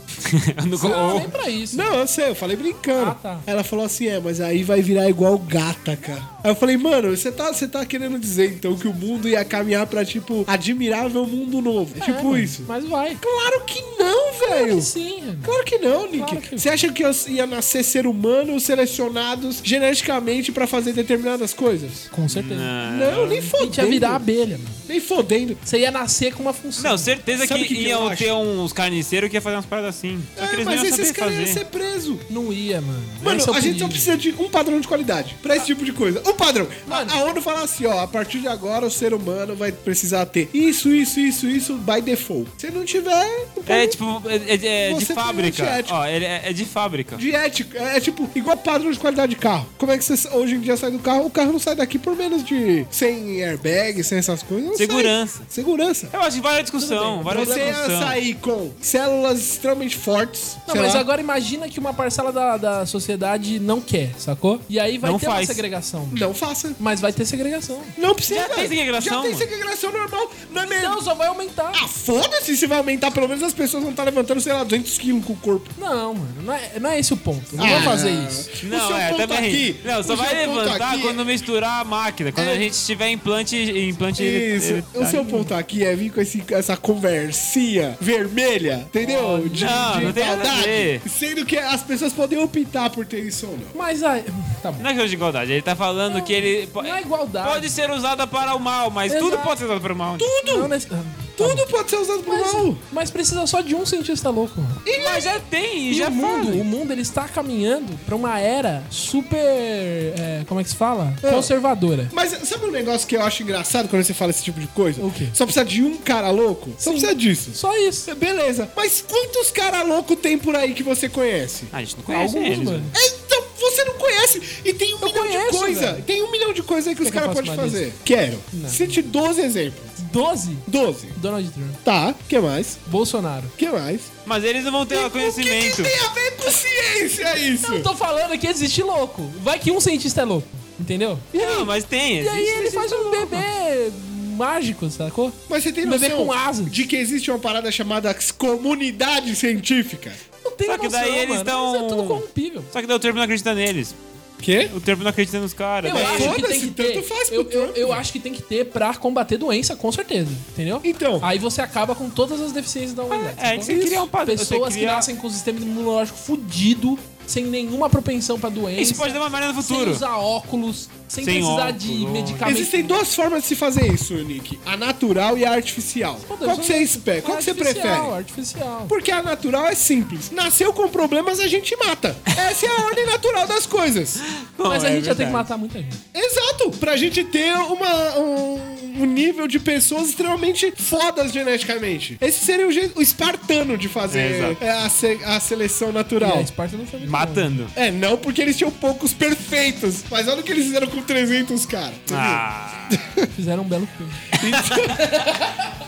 Speaker 2: Eu não-
Speaker 3: Não,
Speaker 2: ou-
Speaker 3: nem pra isso.
Speaker 1: Não, eu sei, eu falei brincando.
Speaker 3: Ah, tá.
Speaker 1: Ela falou assim: é, mas aí vai virar igual gata, cara. Aí eu falei, mano, você tá, você tá querendo dizer então que o mundo ia caminhar pra, tipo, admirável mundo novo. É,
Speaker 3: É,
Speaker 1: tipo
Speaker 3: mano,
Speaker 1: isso.
Speaker 3: Mas vai.
Speaker 1: Claro que não, velho.
Speaker 3: Sim, é, mano.
Speaker 1: Claro que não, Nick.
Speaker 3: Claro que-
Speaker 1: Você acha que eu ia nascer ser humanos selecionados geneticamente pra fazer determinadas coisas?
Speaker 3: com certeza.
Speaker 1: Não, nem
Speaker 3: A gente ia
Speaker 1: fodendo.
Speaker 3: virar abelha, mano.
Speaker 1: Nem fodendo.
Speaker 3: Você ia nascer com uma função.
Speaker 2: Não, certeza
Speaker 1: Sabe
Speaker 2: que,
Speaker 1: o que que eu
Speaker 2: iam
Speaker 1: acho?
Speaker 2: ter uns carniceiros que ia fazer umas paradas assim. Só que
Speaker 1: É,
Speaker 2: eles
Speaker 1: mas
Speaker 2: não iam
Speaker 1: esses
Speaker 2: saber
Speaker 1: caras iam
Speaker 2: fazer.
Speaker 1: ser presos.
Speaker 3: Não ia, mano.
Speaker 1: Mano,
Speaker 3: Esse é o
Speaker 1: a gente só
Speaker 3: perigo.
Speaker 1: precisa de um padrão de qualidade pra esse tipo de coisa. Um padrão.
Speaker 3: Mano.
Speaker 1: A, a ONU fala assim, ó, a partir de agora o ser humano vai precisar ter isso, isso, isso, isso, by default. Se não tiver, não
Speaker 2: É
Speaker 1: pode-
Speaker 2: tipo, é, é- é
Speaker 1: um- Você
Speaker 2: de
Speaker 1: foi
Speaker 2: fábrica.
Speaker 1: antiético.
Speaker 2: Ó, ele é, é de fábrica.
Speaker 1: de ética, é é tipo, igual padrão de qualidade de carro. Como é que você hoje em dia sai do carro? O carro não sai daqui por menos de sem airbag, sem essas coisas. não sai.
Speaker 2: Segurança.
Speaker 1: Segurança.
Speaker 2: Eu acho que vale a discussão, vale a
Speaker 1: Você ia
Speaker 2: discussão.
Speaker 1: sair com células extremamente fortes.
Speaker 3: Não,
Speaker 1: sei
Speaker 3: mas
Speaker 1: lá.
Speaker 3: agora imagina que uma parcela da, da sociedade não quer, sacou? E aí vai
Speaker 2: Não
Speaker 3: ter
Speaker 2: faz.
Speaker 3: uma segregação. mano.
Speaker 1: Não faça.
Speaker 3: Mas vai ter segregação.
Speaker 1: Não precisa.
Speaker 2: Já tem segregação,
Speaker 1: Já tem
Speaker 2: mano.
Speaker 1: segregação normal. Não é mesmo?
Speaker 3: Não, só vai aumentar.
Speaker 1: Ah, foda-se se vai aumentar. Pelo menos as pessoas vão estar levantando, sei lá, 200 quilos com o corpo.
Speaker 3: Não, mano, não é, não é esse o ponto. Não
Speaker 1: Ah.
Speaker 3: vou fazer isso.
Speaker 1: O
Speaker 2: Não,
Speaker 1: seu
Speaker 2: é,
Speaker 1: ponto
Speaker 2: também.
Speaker 1: aqui-
Speaker 2: não, só
Speaker 1: o
Speaker 2: vai
Speaker 1: seu ponto
Speaker 2: levantar
Speaker 1: aqui
Speaker 2: quando misturar a máquina. Quando
Speaker 1: É.
Speaker 2: a gente tiver implante. implante
Speaker 1: Isso.
Speaker 3: tá
Speaker 1: o seu ponto aqui é vir com esse- essa conversinha vermelha, entendeu? De,
Speaker 2: Não, não tem nada a ver.
Speaker 1: Sendo que as pessoas podem optar por ter isso ou não.
Speaker 3: Mas aí. Tá bom.
Speaker 2: Não é questão de igualdade, ele tá falando que ele. po-
Speaker 3: Não é igualdade.
Speaker 2: Pode ser usada para o mal, mas
Speaker 3: Exato.
Speaker 2: tudo pode ser usado para o mal.
Speaker 1: Tudo,
Speaker 3: Não nesse- ah, tá bom.
Speaker 1: tudo pode ser usado pro mal.
Speaker 3: Mas, mas precisa só de um cientista louco, mano.
Speaker 2: Mas já tem, e
Speaker 3: E
Speaker 2: já
Speaker 3: o mundo,
Speaker 2: fazem.
Speaker 3: o mundo ele está caminhando pra uma era super, é, como é que se fala? Conservadora.
Speaker 1: Mas sabe um negócio que eu acho engraçado quando você fala esse tipo de coisa?
Speaker 3: O quê?
Speaker 1: Só precisa de um cara louco? Só
Speaker 3: Sim.
Speaker 1: precisa disso.
Speaker 3: Só isso.
Speaker 1: Beleza. Mas quantos cara louco tem por aí que você conhece?
Speaker 2: Ah, a gente não conhece
Speaker 3: Alguns,
Speaker 2: eles,
Speaker 3: mano.
Speaker 2: velho.
Speaker 1: Então, você não conhece. E tem um milhão de
Speaker 3: conheço,
Speaker 1: coisa.
Speaker 3: velho.
Speaker 1: Tem um milhão de coisa aí que os
Speaker 3: Quer que eu
Speaker 1: caras
Speaker 3: faça
Speaker 1: podem
Speaker 3: uma
Speaker 1: fazer. Quero. Cite 12 exemplos.
Speaker 3: 12?
Speaker 1: 12.
Speaker 3: Donald Trump.
Speaker 1: Tá, que mais?
Speaker 3: Bolsonaro.
Speaker 1: que mais?
Speaker 2: Mas eles não vão ter É o
Speaker 1: O que, que
Speaker 2: conhecimento.
Speaker 1: tem a ver com ciência isso?
Speaker 3: Eu tô falando que existe louco. Vai que um cientista é louco, entendeu?
Speaker 2: Não, mas tem.
Speaker 3: E aí
Speaker 2: existe
Speaker 3: ele
Speaker 2: esse-
Speaker 3: faz um bebê mágico, sacou?
Speaker 1: Mas você tem
Speaker 3: Mas é
Speaker 1: noção
Speaker 3: com asa.
Speaker 1: de que existe uma parada chamada comunidade científica?
Speaker 3: Não tem
Speaker 2: Só que
Speaker 3: noção,
Speaker 2: daí eles
Speaker 3: mano.
Speaker 2: tão-
Speaker 3: Mas é tudo corrompível.
Speaker 2: Só que daí o Trump não acredita neles.
Speaker 1: Quê?
Speaker 2: O Trump não acredita nos caras.
Speaker 3: Eu
Speaker 2: Daí-
Speaker 3: acho que tem
Speaker 1: foda-se,
Speaker 3: que ter.
Speaker 1: tanto faz pro
Speaker 3: eu, eu-
Speaker 1: Trump.
Speaker 3: eu acho que tem que ter pra combater doença, com certeza. Entendeu?
Speaker 1: Então.
Speaker 3: Aí você acaba com todas as deficiências da humanidade.
Speaker 2: É, que você cria um padrão.
Speaker 3: Pessoas que nascem com o sistema imunológico fudido, sem nenhuma propensão pra doença.
Speaker 2: Isso pode dar uma merda no
Speaker 3: Sem
Speaker 2: futuro.
Speaker 3: usar óculos, sem,
Speaker 2: Sem
Speaker 3: precisar
Speaker 2: óculos,
Speaker 3: de
Speaker 2: ó.
Speaker 3: medicamento.
Speaker 1: Existem duas formas de se fazer isso, Nick. A natural e a artificial.
Speaker 3: Pô, Deus,
Speaker 1: Qual que você
Speaker 2: é
Speaker 3: eu-
Speaker 1: espera? Qual que você
Speaker 3: é Artificial,
Speaker 1: prefere?
Speaker 3: Artificial.
Speaker 1: Porque a natural é simples. Nasceu com problemas, a gente mata. Essa é a ordem natural das coisas.
Speaker 2: Não,
Speaker 3: Mas a
Speaker 2: é
Speaker 3: gente ia
Speaker 2: verdade.
Speaker 3: ter que matar muita gente.
Speaker 1: Exato. Pra gente ter uma, um, um nível de pessoas extremamente fodas geneticamente. Esse seria o, jeito, o espartano de
Speaker 2: É,
Speaker 1: fazer
Speaker 2: exato.
Speaker 1: é, a, se- a seleção
Speaker 3: E
Speaker 1: natural.
Speaker 3: a Esparta não foi muito bom.
Speaker 2: Matando.
Speaker 1: É, não porque eles tinham poucos perfeitos. Mas olha o que eles fizeram com 300 caras.
Speaker 2: Ah,
Speaker 3: Fizeram um belo filme.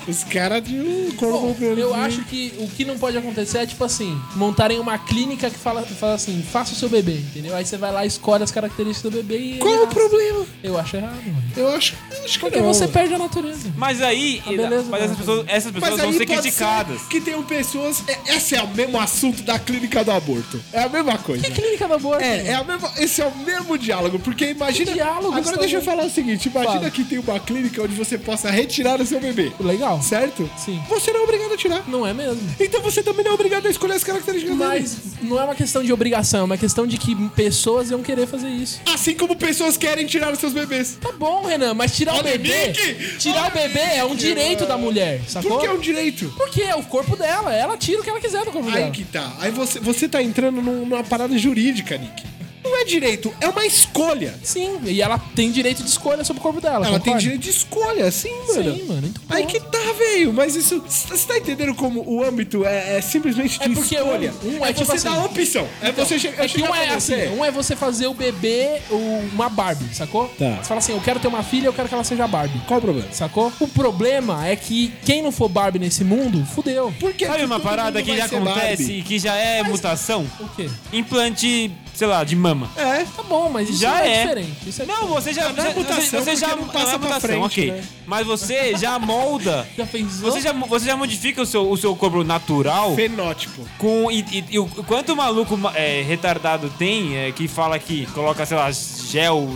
Speaker 1: Os caras de um corpo...
Speaker 3: Eu acho que o que não pode acontecer é, tipo assim, montarem uma clínica que fala, fala assim, faça o seu bebê, entendeu? Aí você vai lá, escolhe as características do bebê e.
Speaker 1: Qual é
Speaker 3: ele
Speaker 1: o
Speaker 3: nasce.
Speaker 1: problema?
Speaker 3: Eu acho errado, mano.
Speaker 1: Eu acho, eu acho que
Speaker 3: Porque
Speaker 1: não.
Speaker 3: você perde a natureza.
Speaker 2: mas aí.
Speaker 3: beleza,
Speaker 2: mas essas
Speaker 3: né?
Speaker 2: pessoas, essas pessoas vão
Speaker 1: aí
Speaker 2: ser
Speaker 1: pode
Speaker 2: criticadas.
Speaker 1: ser que tenham pessoas. é- Esse é o mesmo assunto da clínica do aborto. É a mesma coisa.
Speaker 3: Que clínica do aborto?
Speaker 1: É, é a mesma, esse é o mesmo diálogo, porque imagina.
Speaker 3: Que diálogo,
Speaker 1: agora
Speaker 3: Gustavo?
Speaker 1: deixa eu falar o seguinte: imagina
Speaker 3: Fala.
Speaker 1: que tem uma clínica onde você possa retirar o seu bebê.
Speaker 3: Legal.
Speaker 1: Certo?
Speaker 3: Sim.
Speaker 1: Você não é obrigado a tirar.
Speaker 3: Não é mesmo.
Speaker 1: Então você também não é obrigado a escolher as características dele.
Speaker 3: Mas não é uma questão de obrigação, é uma questão de que pessoas iam querer fazer isso.
Speaker 1: Assim como pessoas querem tirar os seus bebês.
Speaker 3: Tá bom, Renan, mas tirar o
Speaker 1: Olha o
Speaker 3: bebê.
Speaker 1: Nick!
Speaker 3: Tirar
Speaker 1: Olha
Speaker 3: o bebê é um direito da mulher, sacou?
Speaker 1: Porque é um direito.
Speaker 3: Porque é o corpo dela, ela tira o que ela quiser do corpo
Speaker 1: Aí
Speaker 3: dela.
Speaker 1: que tá. Aí você, você tá entrando num- numa parada jurídica, Nick. Não é direito, é uma escolha.
Speaker 3: Sim, e ela tem direito de escolha sobre o corpo dela.
Speaker 1: Ela tem
Speaker 3: concorda?
Speaker 1: direito de escolha, sim, mano.
Speaker 3: Tá Sim, mano. Então,
Speaker 1: Aí que tá, velho, mas isso. Você tá entendendo como o âmbito é, é simplesmente de
Speaker 3: É porque
Speaker 1: escolha?
Speaker 3: um- um é
Speaker 1: é
Speaker 3: tipo
Speaker 1: você
Speaker 3: assim-
Speaker 1: dar opção. É você che- eu
Speaker 3: É que
Speaker 1: chegar
Speaker 3: um é
Speaker 1: pra
Speaker 3: assim,
Speaker 1: você.
Speaker 3: um é você fazer o bebê o- uma Barbie, sacou?
Speaker 1: Tá.
Speaker 3: Você fala assim, eu quero ter uma filha, eu quero que ela seja Barbie.
Speaker 1: Qual o problema?
Speaker 3: Sacou? O problema é que quem não for Barbie nesse mundo, fudeu.
Speaker 1: Por que
Speaker 2: Sabe
Speaker 1: que
Speaker 2: uma
Speaker 1: todo
Speaker 2: parada
Speaker 1: mundo
Speaker 2: que
Speaker 1: vai
Speaker 2: já
Speaker 1: ser
Speaker 2: acontece
Speaker 1: Barbie?
Speaker 2: e que já é mutação?
Speaker 3: O quê?
Speaker 2: Implante, sei lá, de mama.
Speaker 1: É,
Speaker 3: Tá bom, mas isso
Speaker 2: Já
Speaker 3: é,
Speaker 2: é.
Speaker 3: diferente. Isso é
Speaker 2: Não, você já.
Speaker 1: Não é
Speaker 2: você-
Speaker 1: mutação,
Speaker 2: você já
Speaker 1: porque não passa pra
Speaker 2: é mutação,
Speaker 1: frente,
Speaker 2: ok.
Speaker 1: né?
Speaker 2: Mas você já molda.
Speaker 3: Já pensou?
Speaker 2: Você já, você já modifica o seu, o seu corpo natural
Speaker 1: fenótipo.
Speaker 2: com. E, e- e o quanto maluco ma- é, retardado tem é, que fala que coloca, sei lá, gel.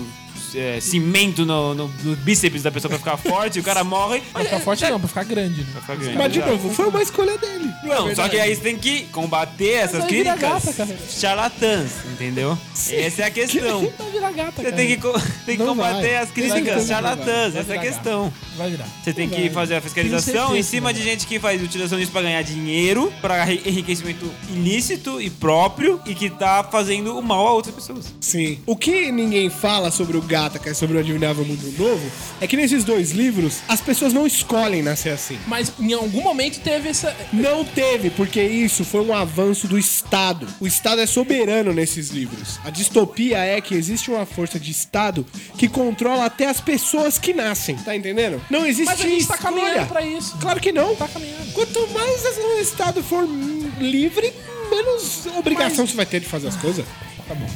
Speaker 2: é, cimento no, no- no bíceps da pessoa pra ficar forte, o cara morre.
Speaker 3: Pra ficar forte não, pra ficar grande, né?
Speaker 2: Pra ficar grande.
Speaker 1: Mas de
Speaker 2: Exato.
Speaker 1: novo, foi uma escolha dele. é
Speaker 2: Não, só
Speaker 1: verdade?
Speaker 2: que aí você tem que combater essas
Speaker 3: aí vira
Speaker 2: críticas
Speaker 3: gata, cara.
Speaker 2: charlatãs, entendeu? Essa é a questão.
Speaker 3: Vai virar gata,
Speaker 2: Você
Speaker 3: cara.
Speaker 2: tem que, co- tem que
Speaker 1: Não
Speaker 2: combater
Speaker 1: vai.
Speaker 2: as
Speaker 1: Não vai, não
Speaker 2: críticas charlatãs, essa é
Speaker 3: vai.
Speaker 2: a
Speaker 3: Vai virar
Speaker 2: questão.
Speaker 3: Vai virar.
Speaker 2: Você tem que
Speaker 1: vai.
Speaker 2: fazer a
Speaker 3: Tenho
Speaker 2: fiscalização
Speaker 3: certeza
Speaker 2: em cima
Speaker 3: que
Speaker 2: de
Speaker 3: vai.
Speaker 2: gente que faz utilização disso pra ganhar dinheiro, pra re- enriquecimento ilícito e próprio e que tá fazendo o mal a outras pessoas.
Speaker 1: Sim. O que ninguém fala sobre o Gataca e sobre o Adivinhável Mundo Novo é que nesses dois livros as pessoas não escolhem nascer assim.
Speaker 3: Mas em algum momento teve essa...
Speaker 1: Não teve, porque isso foi um avanço do Estado. O Estado é soberano nesses livros. A distopia é que existe uma força de Estado que controla até as pessoas que nascem. Tá entendendo? Não existe
Speaker 3: Mas a gente tá
Speaker 1: escolha.
Speaker 3: caminhando pra isso.
Speaker 1: Claro que não.
Speaker 3: Tá caminhando.
Speaker 1: Quanto mais o Estado for livre, menos obrigação você vai ter de fazer as coisas.
Speaker 3: Tá bom.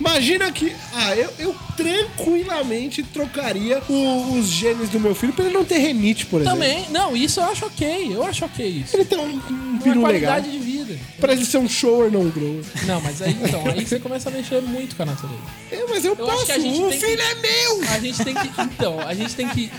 Speaker 1: Imagina que. Ah, eu, eu tranquilamente trocaria o- os genes do meu filho pra ele não ter renite, por exemplo.
Speaker 3: Também, não, isso eu acho ok. Eu acho ok isso.
Speaker 1: é. Ele tem um, um
Speaker 3: Uma
Speaker 1: peru legal.
Speaker 3: qualidade de vida.
Speaker 1: Pra ele ser um shower, não um grower.
Speaker 3: Não, mas aí então, aí você começa a mexer muito com a natureza.
Speaker 1: É, mas eu,
Speaker 3: acho
Speaker 1: posso,
Speaker 3: que a gente
Speaker 1: o
Speaker 3: tem
Speaker 1: filho
Speaker 3: que-
Speaker 1: é meu!
Speaker 3: A gente tem que. Então, a gente tem que.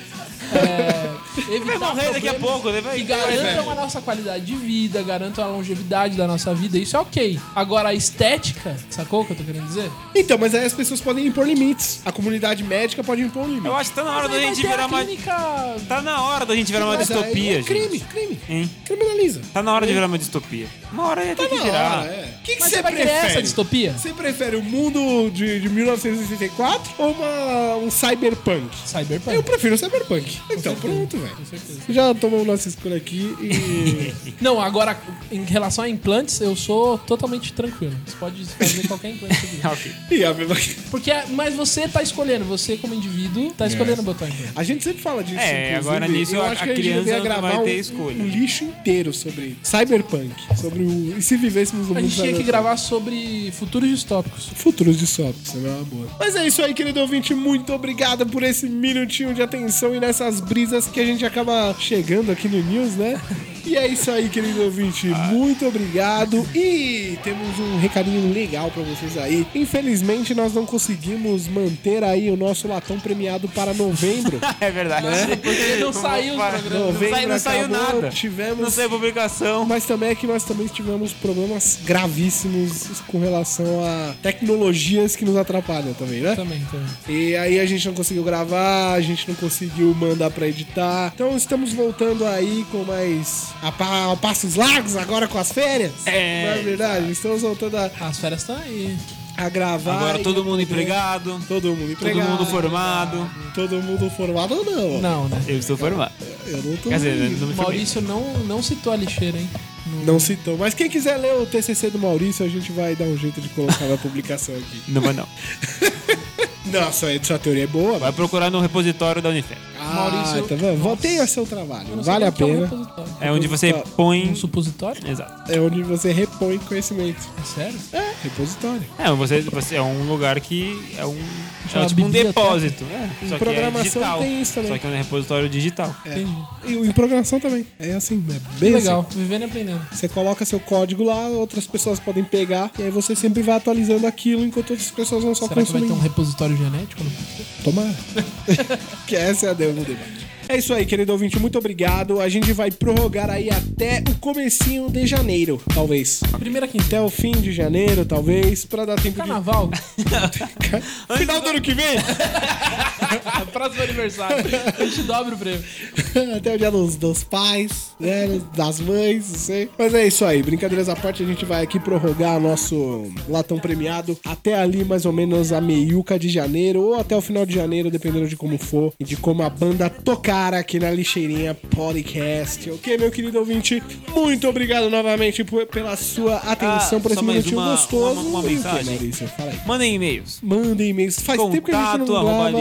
Speaker 3: É, evitar
Speaker 2: Vai morrer daqui a
Speaker 3: problemas
Speaker 2: pouco, né? Vai-
Speaker 3: que
Speaker 2: vai,
Speaker 3: garantam
Speaker 2: velho.
Speaker 3: a nossa qualidade de vida, garantam a longevidade da nossa vida, isso é ok. Agora a estética, sacou o que eu tô querendo dizer?
Speaker 1: Então, mas aí as pessoas podem impor limites. A comunidade médica pode impor limites.
Speaker 2: Eu acho que tá na hora da
Speaker 3: Aí vai
Speaker 2: gente
Speaker 3: ter
Speaker 2: virar
Speaker 3: a
Speaker 2: uma.
Speaker 3: clínica-
Speaker 2: Tá na hora da gente virar uma
Speaker 1: Mas aí
Speaker 2: distopia,
Speaker 1: é
Speaker 2: gente.
Speaker 1: crime, crime.
Speaker 2: Hein?
Speaker 1: Criminaliza.
Speaker 2: Tá na hora de virar uma distopia. Uma hora ia ter que
Speaker 1: Na
Speaker 2: virar.
Speaker 1: hora, é. O que, que
Speaker 3: Mas
Speaker 1: você
Speaker 3: você vai querer
Speaker 1: prefere?
Speaker 3: essa distopia?
Speaker 1: Você prefere o mundo de, de 1964 ou uma, um cyberpunk?
Speaker 3: Cyberpunk.
Speaker 1: Eu prefiro o Cyberpunk. Então, pronto, velho. Já tomamos nossa escolha aqui e.
Speaker 3: Não, agora, em relação a implantes, eu sou totalmente tranquilo. Você pode fazer qualquer implante. que você quiser.
Speaker 2: Ok.
Speaker 1: e a mesma.
Speaker 3: Porque, mas você tá escolhendo, você como indivíduo, tá escolhendo botar implante.
Speaker 1: A gente sempre fala disso.
Speaker 2: É,
Speaker 1: inclusive.
Speaker 2: agora nisso
Speaker 1: eu
Speaker 2: a-
Speaker 1: acho que
Speaker 2: a
Speaker 1: a gente
Speaker 2: criança
Speaker 1: devia
Speaker 2: não vai
Speaker 1: gravar um-
Speaker 2: ter escolha.
Speaker 1: um lixo inteiro sobre Cyberpunk. Sobre o. E se vivêssemos no
Speaker 3: A
Speaker 1: mundo
Speaker 3: gente tinha que
Speaker 1: cyberpunk?
Speaker 3: gravar sobre futuros distópicos.
Speaker 1: Futuros de Sops, é uma boa. Mas é isso aí, querido ouvinte. Muito obrigado por esse minutinho de atenção e nessas brisas que a gente acaba chegando aqui no News, né? E é isso aí, querido ouvinte.
Speaker 2: Ah.
Speaker 1: Muito obrigado. E temos um recadinho legal pra vocês aí. Infelizmente, nós não conseguimos manter aí o nosso latão premiado para novembro.
Speaker 2: É verdade.
Speaker 3: Porque não saiu os programas.
Speaker 2: Não, saiu- não saiu
Speaker 1: acabou,
Speaker 2: nada.
Speaker 1: Tivemos
Speaker 2: Não saiu publicação.
Speaker 1: mas também é que nós também tivemos problemas gravíssimos com relação a tecnologias que nos atrapalham também, né?
Speaker 2: Tá.
Speaker 3: Também, então. também.
Speaker 1: E aí a gente não conseguiu gravar, a gente não conseguiu mandar pra editar. Então estamos voltando aí com mais a, pa a passos largos agora com as férias.
Speaker 2: É,
Speaker 1: Não é verdade? Estamos voltando a,
Speaker 3: As férias estão aí.
Speaker 1: a gravar.
Speaker 2: Agora
Speaker 1: e
Speaker 2: todo
Speaker 1: a
Speaker 2: mundo
Speaker 1: poder-
Speaker 2: empregado.
Speaker 1: Todo mundo
Speaker 2: Todo
Speaker 1: empregado.
Speaker 2: mundo formado.
Speaker 1: Todo mundo formado ou não?
Speaker 3: Não, né?
Speaker 2: Eu estou formado.
Speaker 1: Eu não tô.
Speaker 2: Quer dizer, não me formei.
Speaker 3: Maurício não, não citou a lixeira, hein?
Speaker 1: Não citou. Mas quem quiser ler o TCC do Maurício, a gente vai dar um jeito de colocar na publicação aqui.
Speaker 2: Não vai não.
Speaker 1: Nossa, sua teoria é boa.
Speaker 2: Vai procurar no repositório da Unifem.
Speaker 1: Ah,
Speaker 3: Maurício-
Speaker 1: tá vendo? Voltei ao seu
Speaker 3: Eu
Speaker 1: trabalho.
Speaker 3: não sei
Speaker 1: Vale a
Speaker 3: qual que é o
Speaker 1: pena.
Speaker 3: repositório.
Speaker 2: É onde você
Speaker 1: Tá.
Speaker 2: põe.
Speaker 3: Um supositório?
Speaker 2: Exato.
Speaker 1: É onde você repõe conhecimento.
Speaker 3: É sério?
Speaker 1: É, repositório.
Speaker 2: É, você, você é um lugar que é um.
Speaker 3: Chama
Speaker 2: É tipo um
Speaker 3: biblioteca.
Speaker 2: depósito. É, só que é
Speaker 1: programação
Speaker 2: digital.
Speaker 1: tem isso também.
Speaker 2: Só que é um repositório digital.
Speaker 1: É.
Speaker 3: Entendi.
Speaker 1: E em programação também. É assim, é
Speaker 3: Que
Speaker 1: bem
Speaker 3: legal.
Speaker 1: assim.
Speaker 3: Vivendo e aprendendo.
Speaker 1: Você coloca seu código lá, outras pessoas podem pegar, e aí você sempre vai atualizando aquilo enquanto outras pessoas vão só
Speaker 3: Será que vai
Speaker 1: consumindo.
Speaker 3: ter um repositório genético? no futuro?
Speaker 1: Tomara. que essa é a deusa do debate. É isso aí, querido ouvinte, muito obrigado. A gente vai prorrogar aí até o comecinho de janeiro, talvez.
Speaker 3: Primeira quinta.
Speaker 1: Até o fim de janeiro, talvez, pra dar tempo de
Speaker 3: Carnaval.
Speaker 1: Final do ano que vem?
Speaker 3: Próximo aniversário. A gente dobra o prêmio.
Speaker 1: Até o dia dos, dos pais, né? Das mães, não sei. Mas é isso aí. Brincadeiras à parte, a gente vai aqui prorrogar nosso latão premiado até ali, mais ou menos, a meiuca de janeiro ou até o final de janeiro, dependendo de como for e de como a banda tocar aqui na lixeirinha podcast. Ok, meu querido ouvinte? Muito obrigado novamente por- pela sua atenção
Speaker 2: Ah,
Speaker 1: por esse
Speaker 2: só mais
Speaker 1: minutinho
Speaker 2: uma-
Speaker 1: gostoso.
Speaker 2: uma- uma
Speaker 1: E o quê,
Speaker 2: mensagem?
Speaker 1: Maurício? Fala aí.
Speaker 2: Mandem e-mails.
Speaker 1: Mandem e-mails. Faz tempo que a gente
Speaker 2: Contato
Speaker 1: não
Speaker 2: arroba
Speaker 1: grava.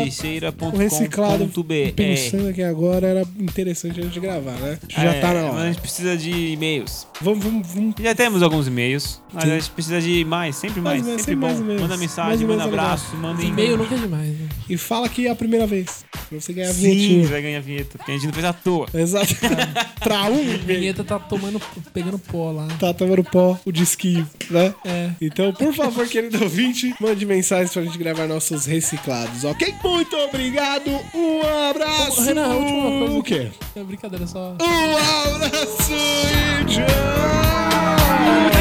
Speaker 1: O reciclado,
Speaker 3: é.
Speaker 2: lixeira.com.br
Speaker 1: pensando aqui agora, era interessante a gente gravar, né? Já
Speaker 2: É,
Speaker 1: tá na
Speaker 2: Mas a
Speaker 1: hora.
Speaker 2: gente precisa de e-mails.
Speaker 1: Vamos, vamos, vamos.
Speaker 2: Já temos alguns e-mails, mas
Speaker 1: Sim.
Speaker 2: a gente precisa de mais, sempre mais,
Speaker 1: ou menos,
Speaker 2: sempre
Speaker 1: sempre
Speaker 2: bom.
Speaker 1: mais ou menos.
Speaker 2: manda
Speaker 1: Mais
Speaker 2: mensagem,
Speaker 1: ou menos
Speaker 2: manda
Speaker 1: é legal.
Speaker 2: abraço, manda
Speaker 3: E-mail nunca é demais, né?
Speaker 1: E fala que é a primeira vez. Pra você ganhar a
Speaker 2: Sim,
Speaker 1: vinhetinha.
Speaker 2: vai ganhar vinheta, porque a gente não fez à toa.
Speaker 1: Exato. pra um
Speaker 3: A
Speaker 1: e-mail.
Speaker 3: vinheta tá tomando, pegando pó lá.
Speaker 1: Tá tomando pó, o disquinho, né?
Speaker 3: É.
Speaker 1: Então, por favor, querido ouvinte, mande mensagens pra gente gravar nossos reciclados, ok? Muito obrigado, um abraço!
Speaker 3: Ô, Renan, a última coisa.
Speaker 1: O quê?
Speaker 3: É brincadeira, só.
Speaker 1: Um abraço e tchau!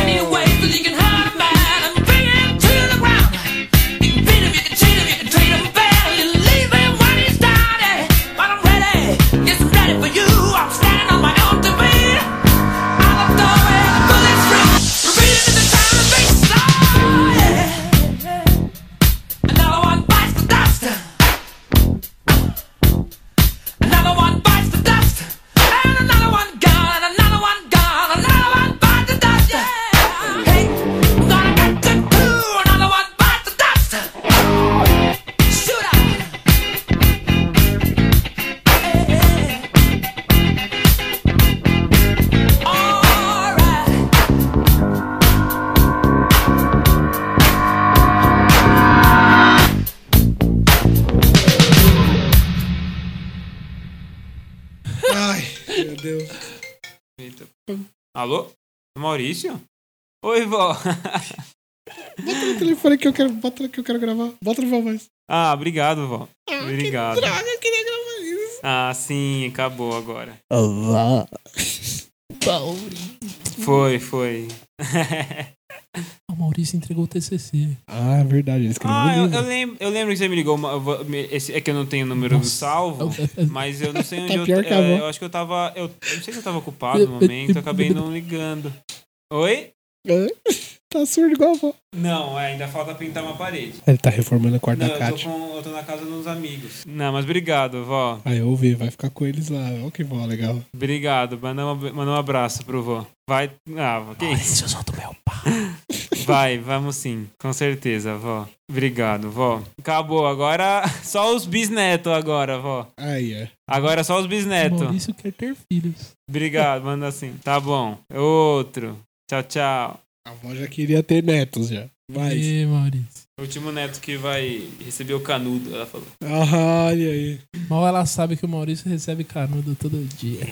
Speaker 4: Anyway, so you can hide mine and bring him to the ground. You can beat him, you can cheat him, you can treat him bad. You leave him when he's down. But I'm ready, yes, I'm ready for you. I'm standing on my own to beat. I'm a dog and the bullets free. Repeating at the time and beat slow. Another one bites the dust. Another one bites the dust. And another one gone, and another one gone, another one bites the dust. Hey, gonna get to do another one bites the dust. Shoot up. Alright.
Speaker 1: Ai, meu Deus.
Speaker 2: Alô? Maurício? Oi, vó.
Speaker 1: Bota no telefone que eu quero, bota que eu quero gravar. Bota no voz.
Speaker 2: Ah, obrigado, vó. Obrigado.
Speaker 1: Droga, eu queria gravar isso.
Speaker 2: Ah, sim, acabou agora.
Speaker 1: Vá.
Speaker 2: Foi, foi.
Speaker 3: O Maurício entregou o TCC.
Speaker 1: Ah, verdade, ele escreveu
Speaker 2: Ah,
Speaker 1: um
Speaker 2: eu,
Speaker 1: livro.
Speaker 2: eu lembro, eu lembro que você me ligou. uma- vo- me- esse- é que eu não tenho o número
Speaker 3: Nossa.
Speaker 2: salvo,
Speaker 3: Eu- eu-
Speaker 2: mas eu não sei onde
Speaker 1: Tá
Speaker 2: eu, é,
Speaker 1: pior que a
Speaker 2: eu.
Speaker 1: avó.
Speaker 2: Eu acho que eu tava. Eu não sei se eu tava ocupado no momento, eu acabei não ligando. Oi?
Speaker 1: Tá surdo igual a avó.
Speaker 2: Não, é, ainda falta pintar uma parede.
Speaker 1: Ele tá reformando a quarta
Speaker 2: Não,
Speaker 1: da
Speaker 2: eu tô,
Speaker 1: Kátia.
Speaker 2: com, eu tô na casa dos amigos. Não, mas obrigado, vó.
Speaker 1: Aí eu ouvi, vai ficar com eles lá. Olha que vó legal.
Speaker 2: Obrigado. Manda um, ab- manda um abraço pro vó. Vai. Ah, vó, que isso?
Speaker 3: Isso eu solto meu pau.
Speaker 2: Vai, vamos sim. Com certeza, vó. Obrigado, vó. Acabou. Agora só os bisnetos agora, vó.
Speaker 1: Aí é.
Speaker 2: Agora só os bisnetos.
Speaker 3: Maurício quer ter filhos.
Speaker 2: Obrigado, manda assim. Tá bom. Outro. Tchau, tchau.
Speaker 1: A avó já queria ter netos já. Mas.
Speaker 3: Ê, Maurício.
Speaker 2: O Último neto que vai receber o canudo, ela falou.
Speaker 1: Ah, olha aí.
Speaker 3: Mal ela sabe que o Maurício recebe canudo todo dia.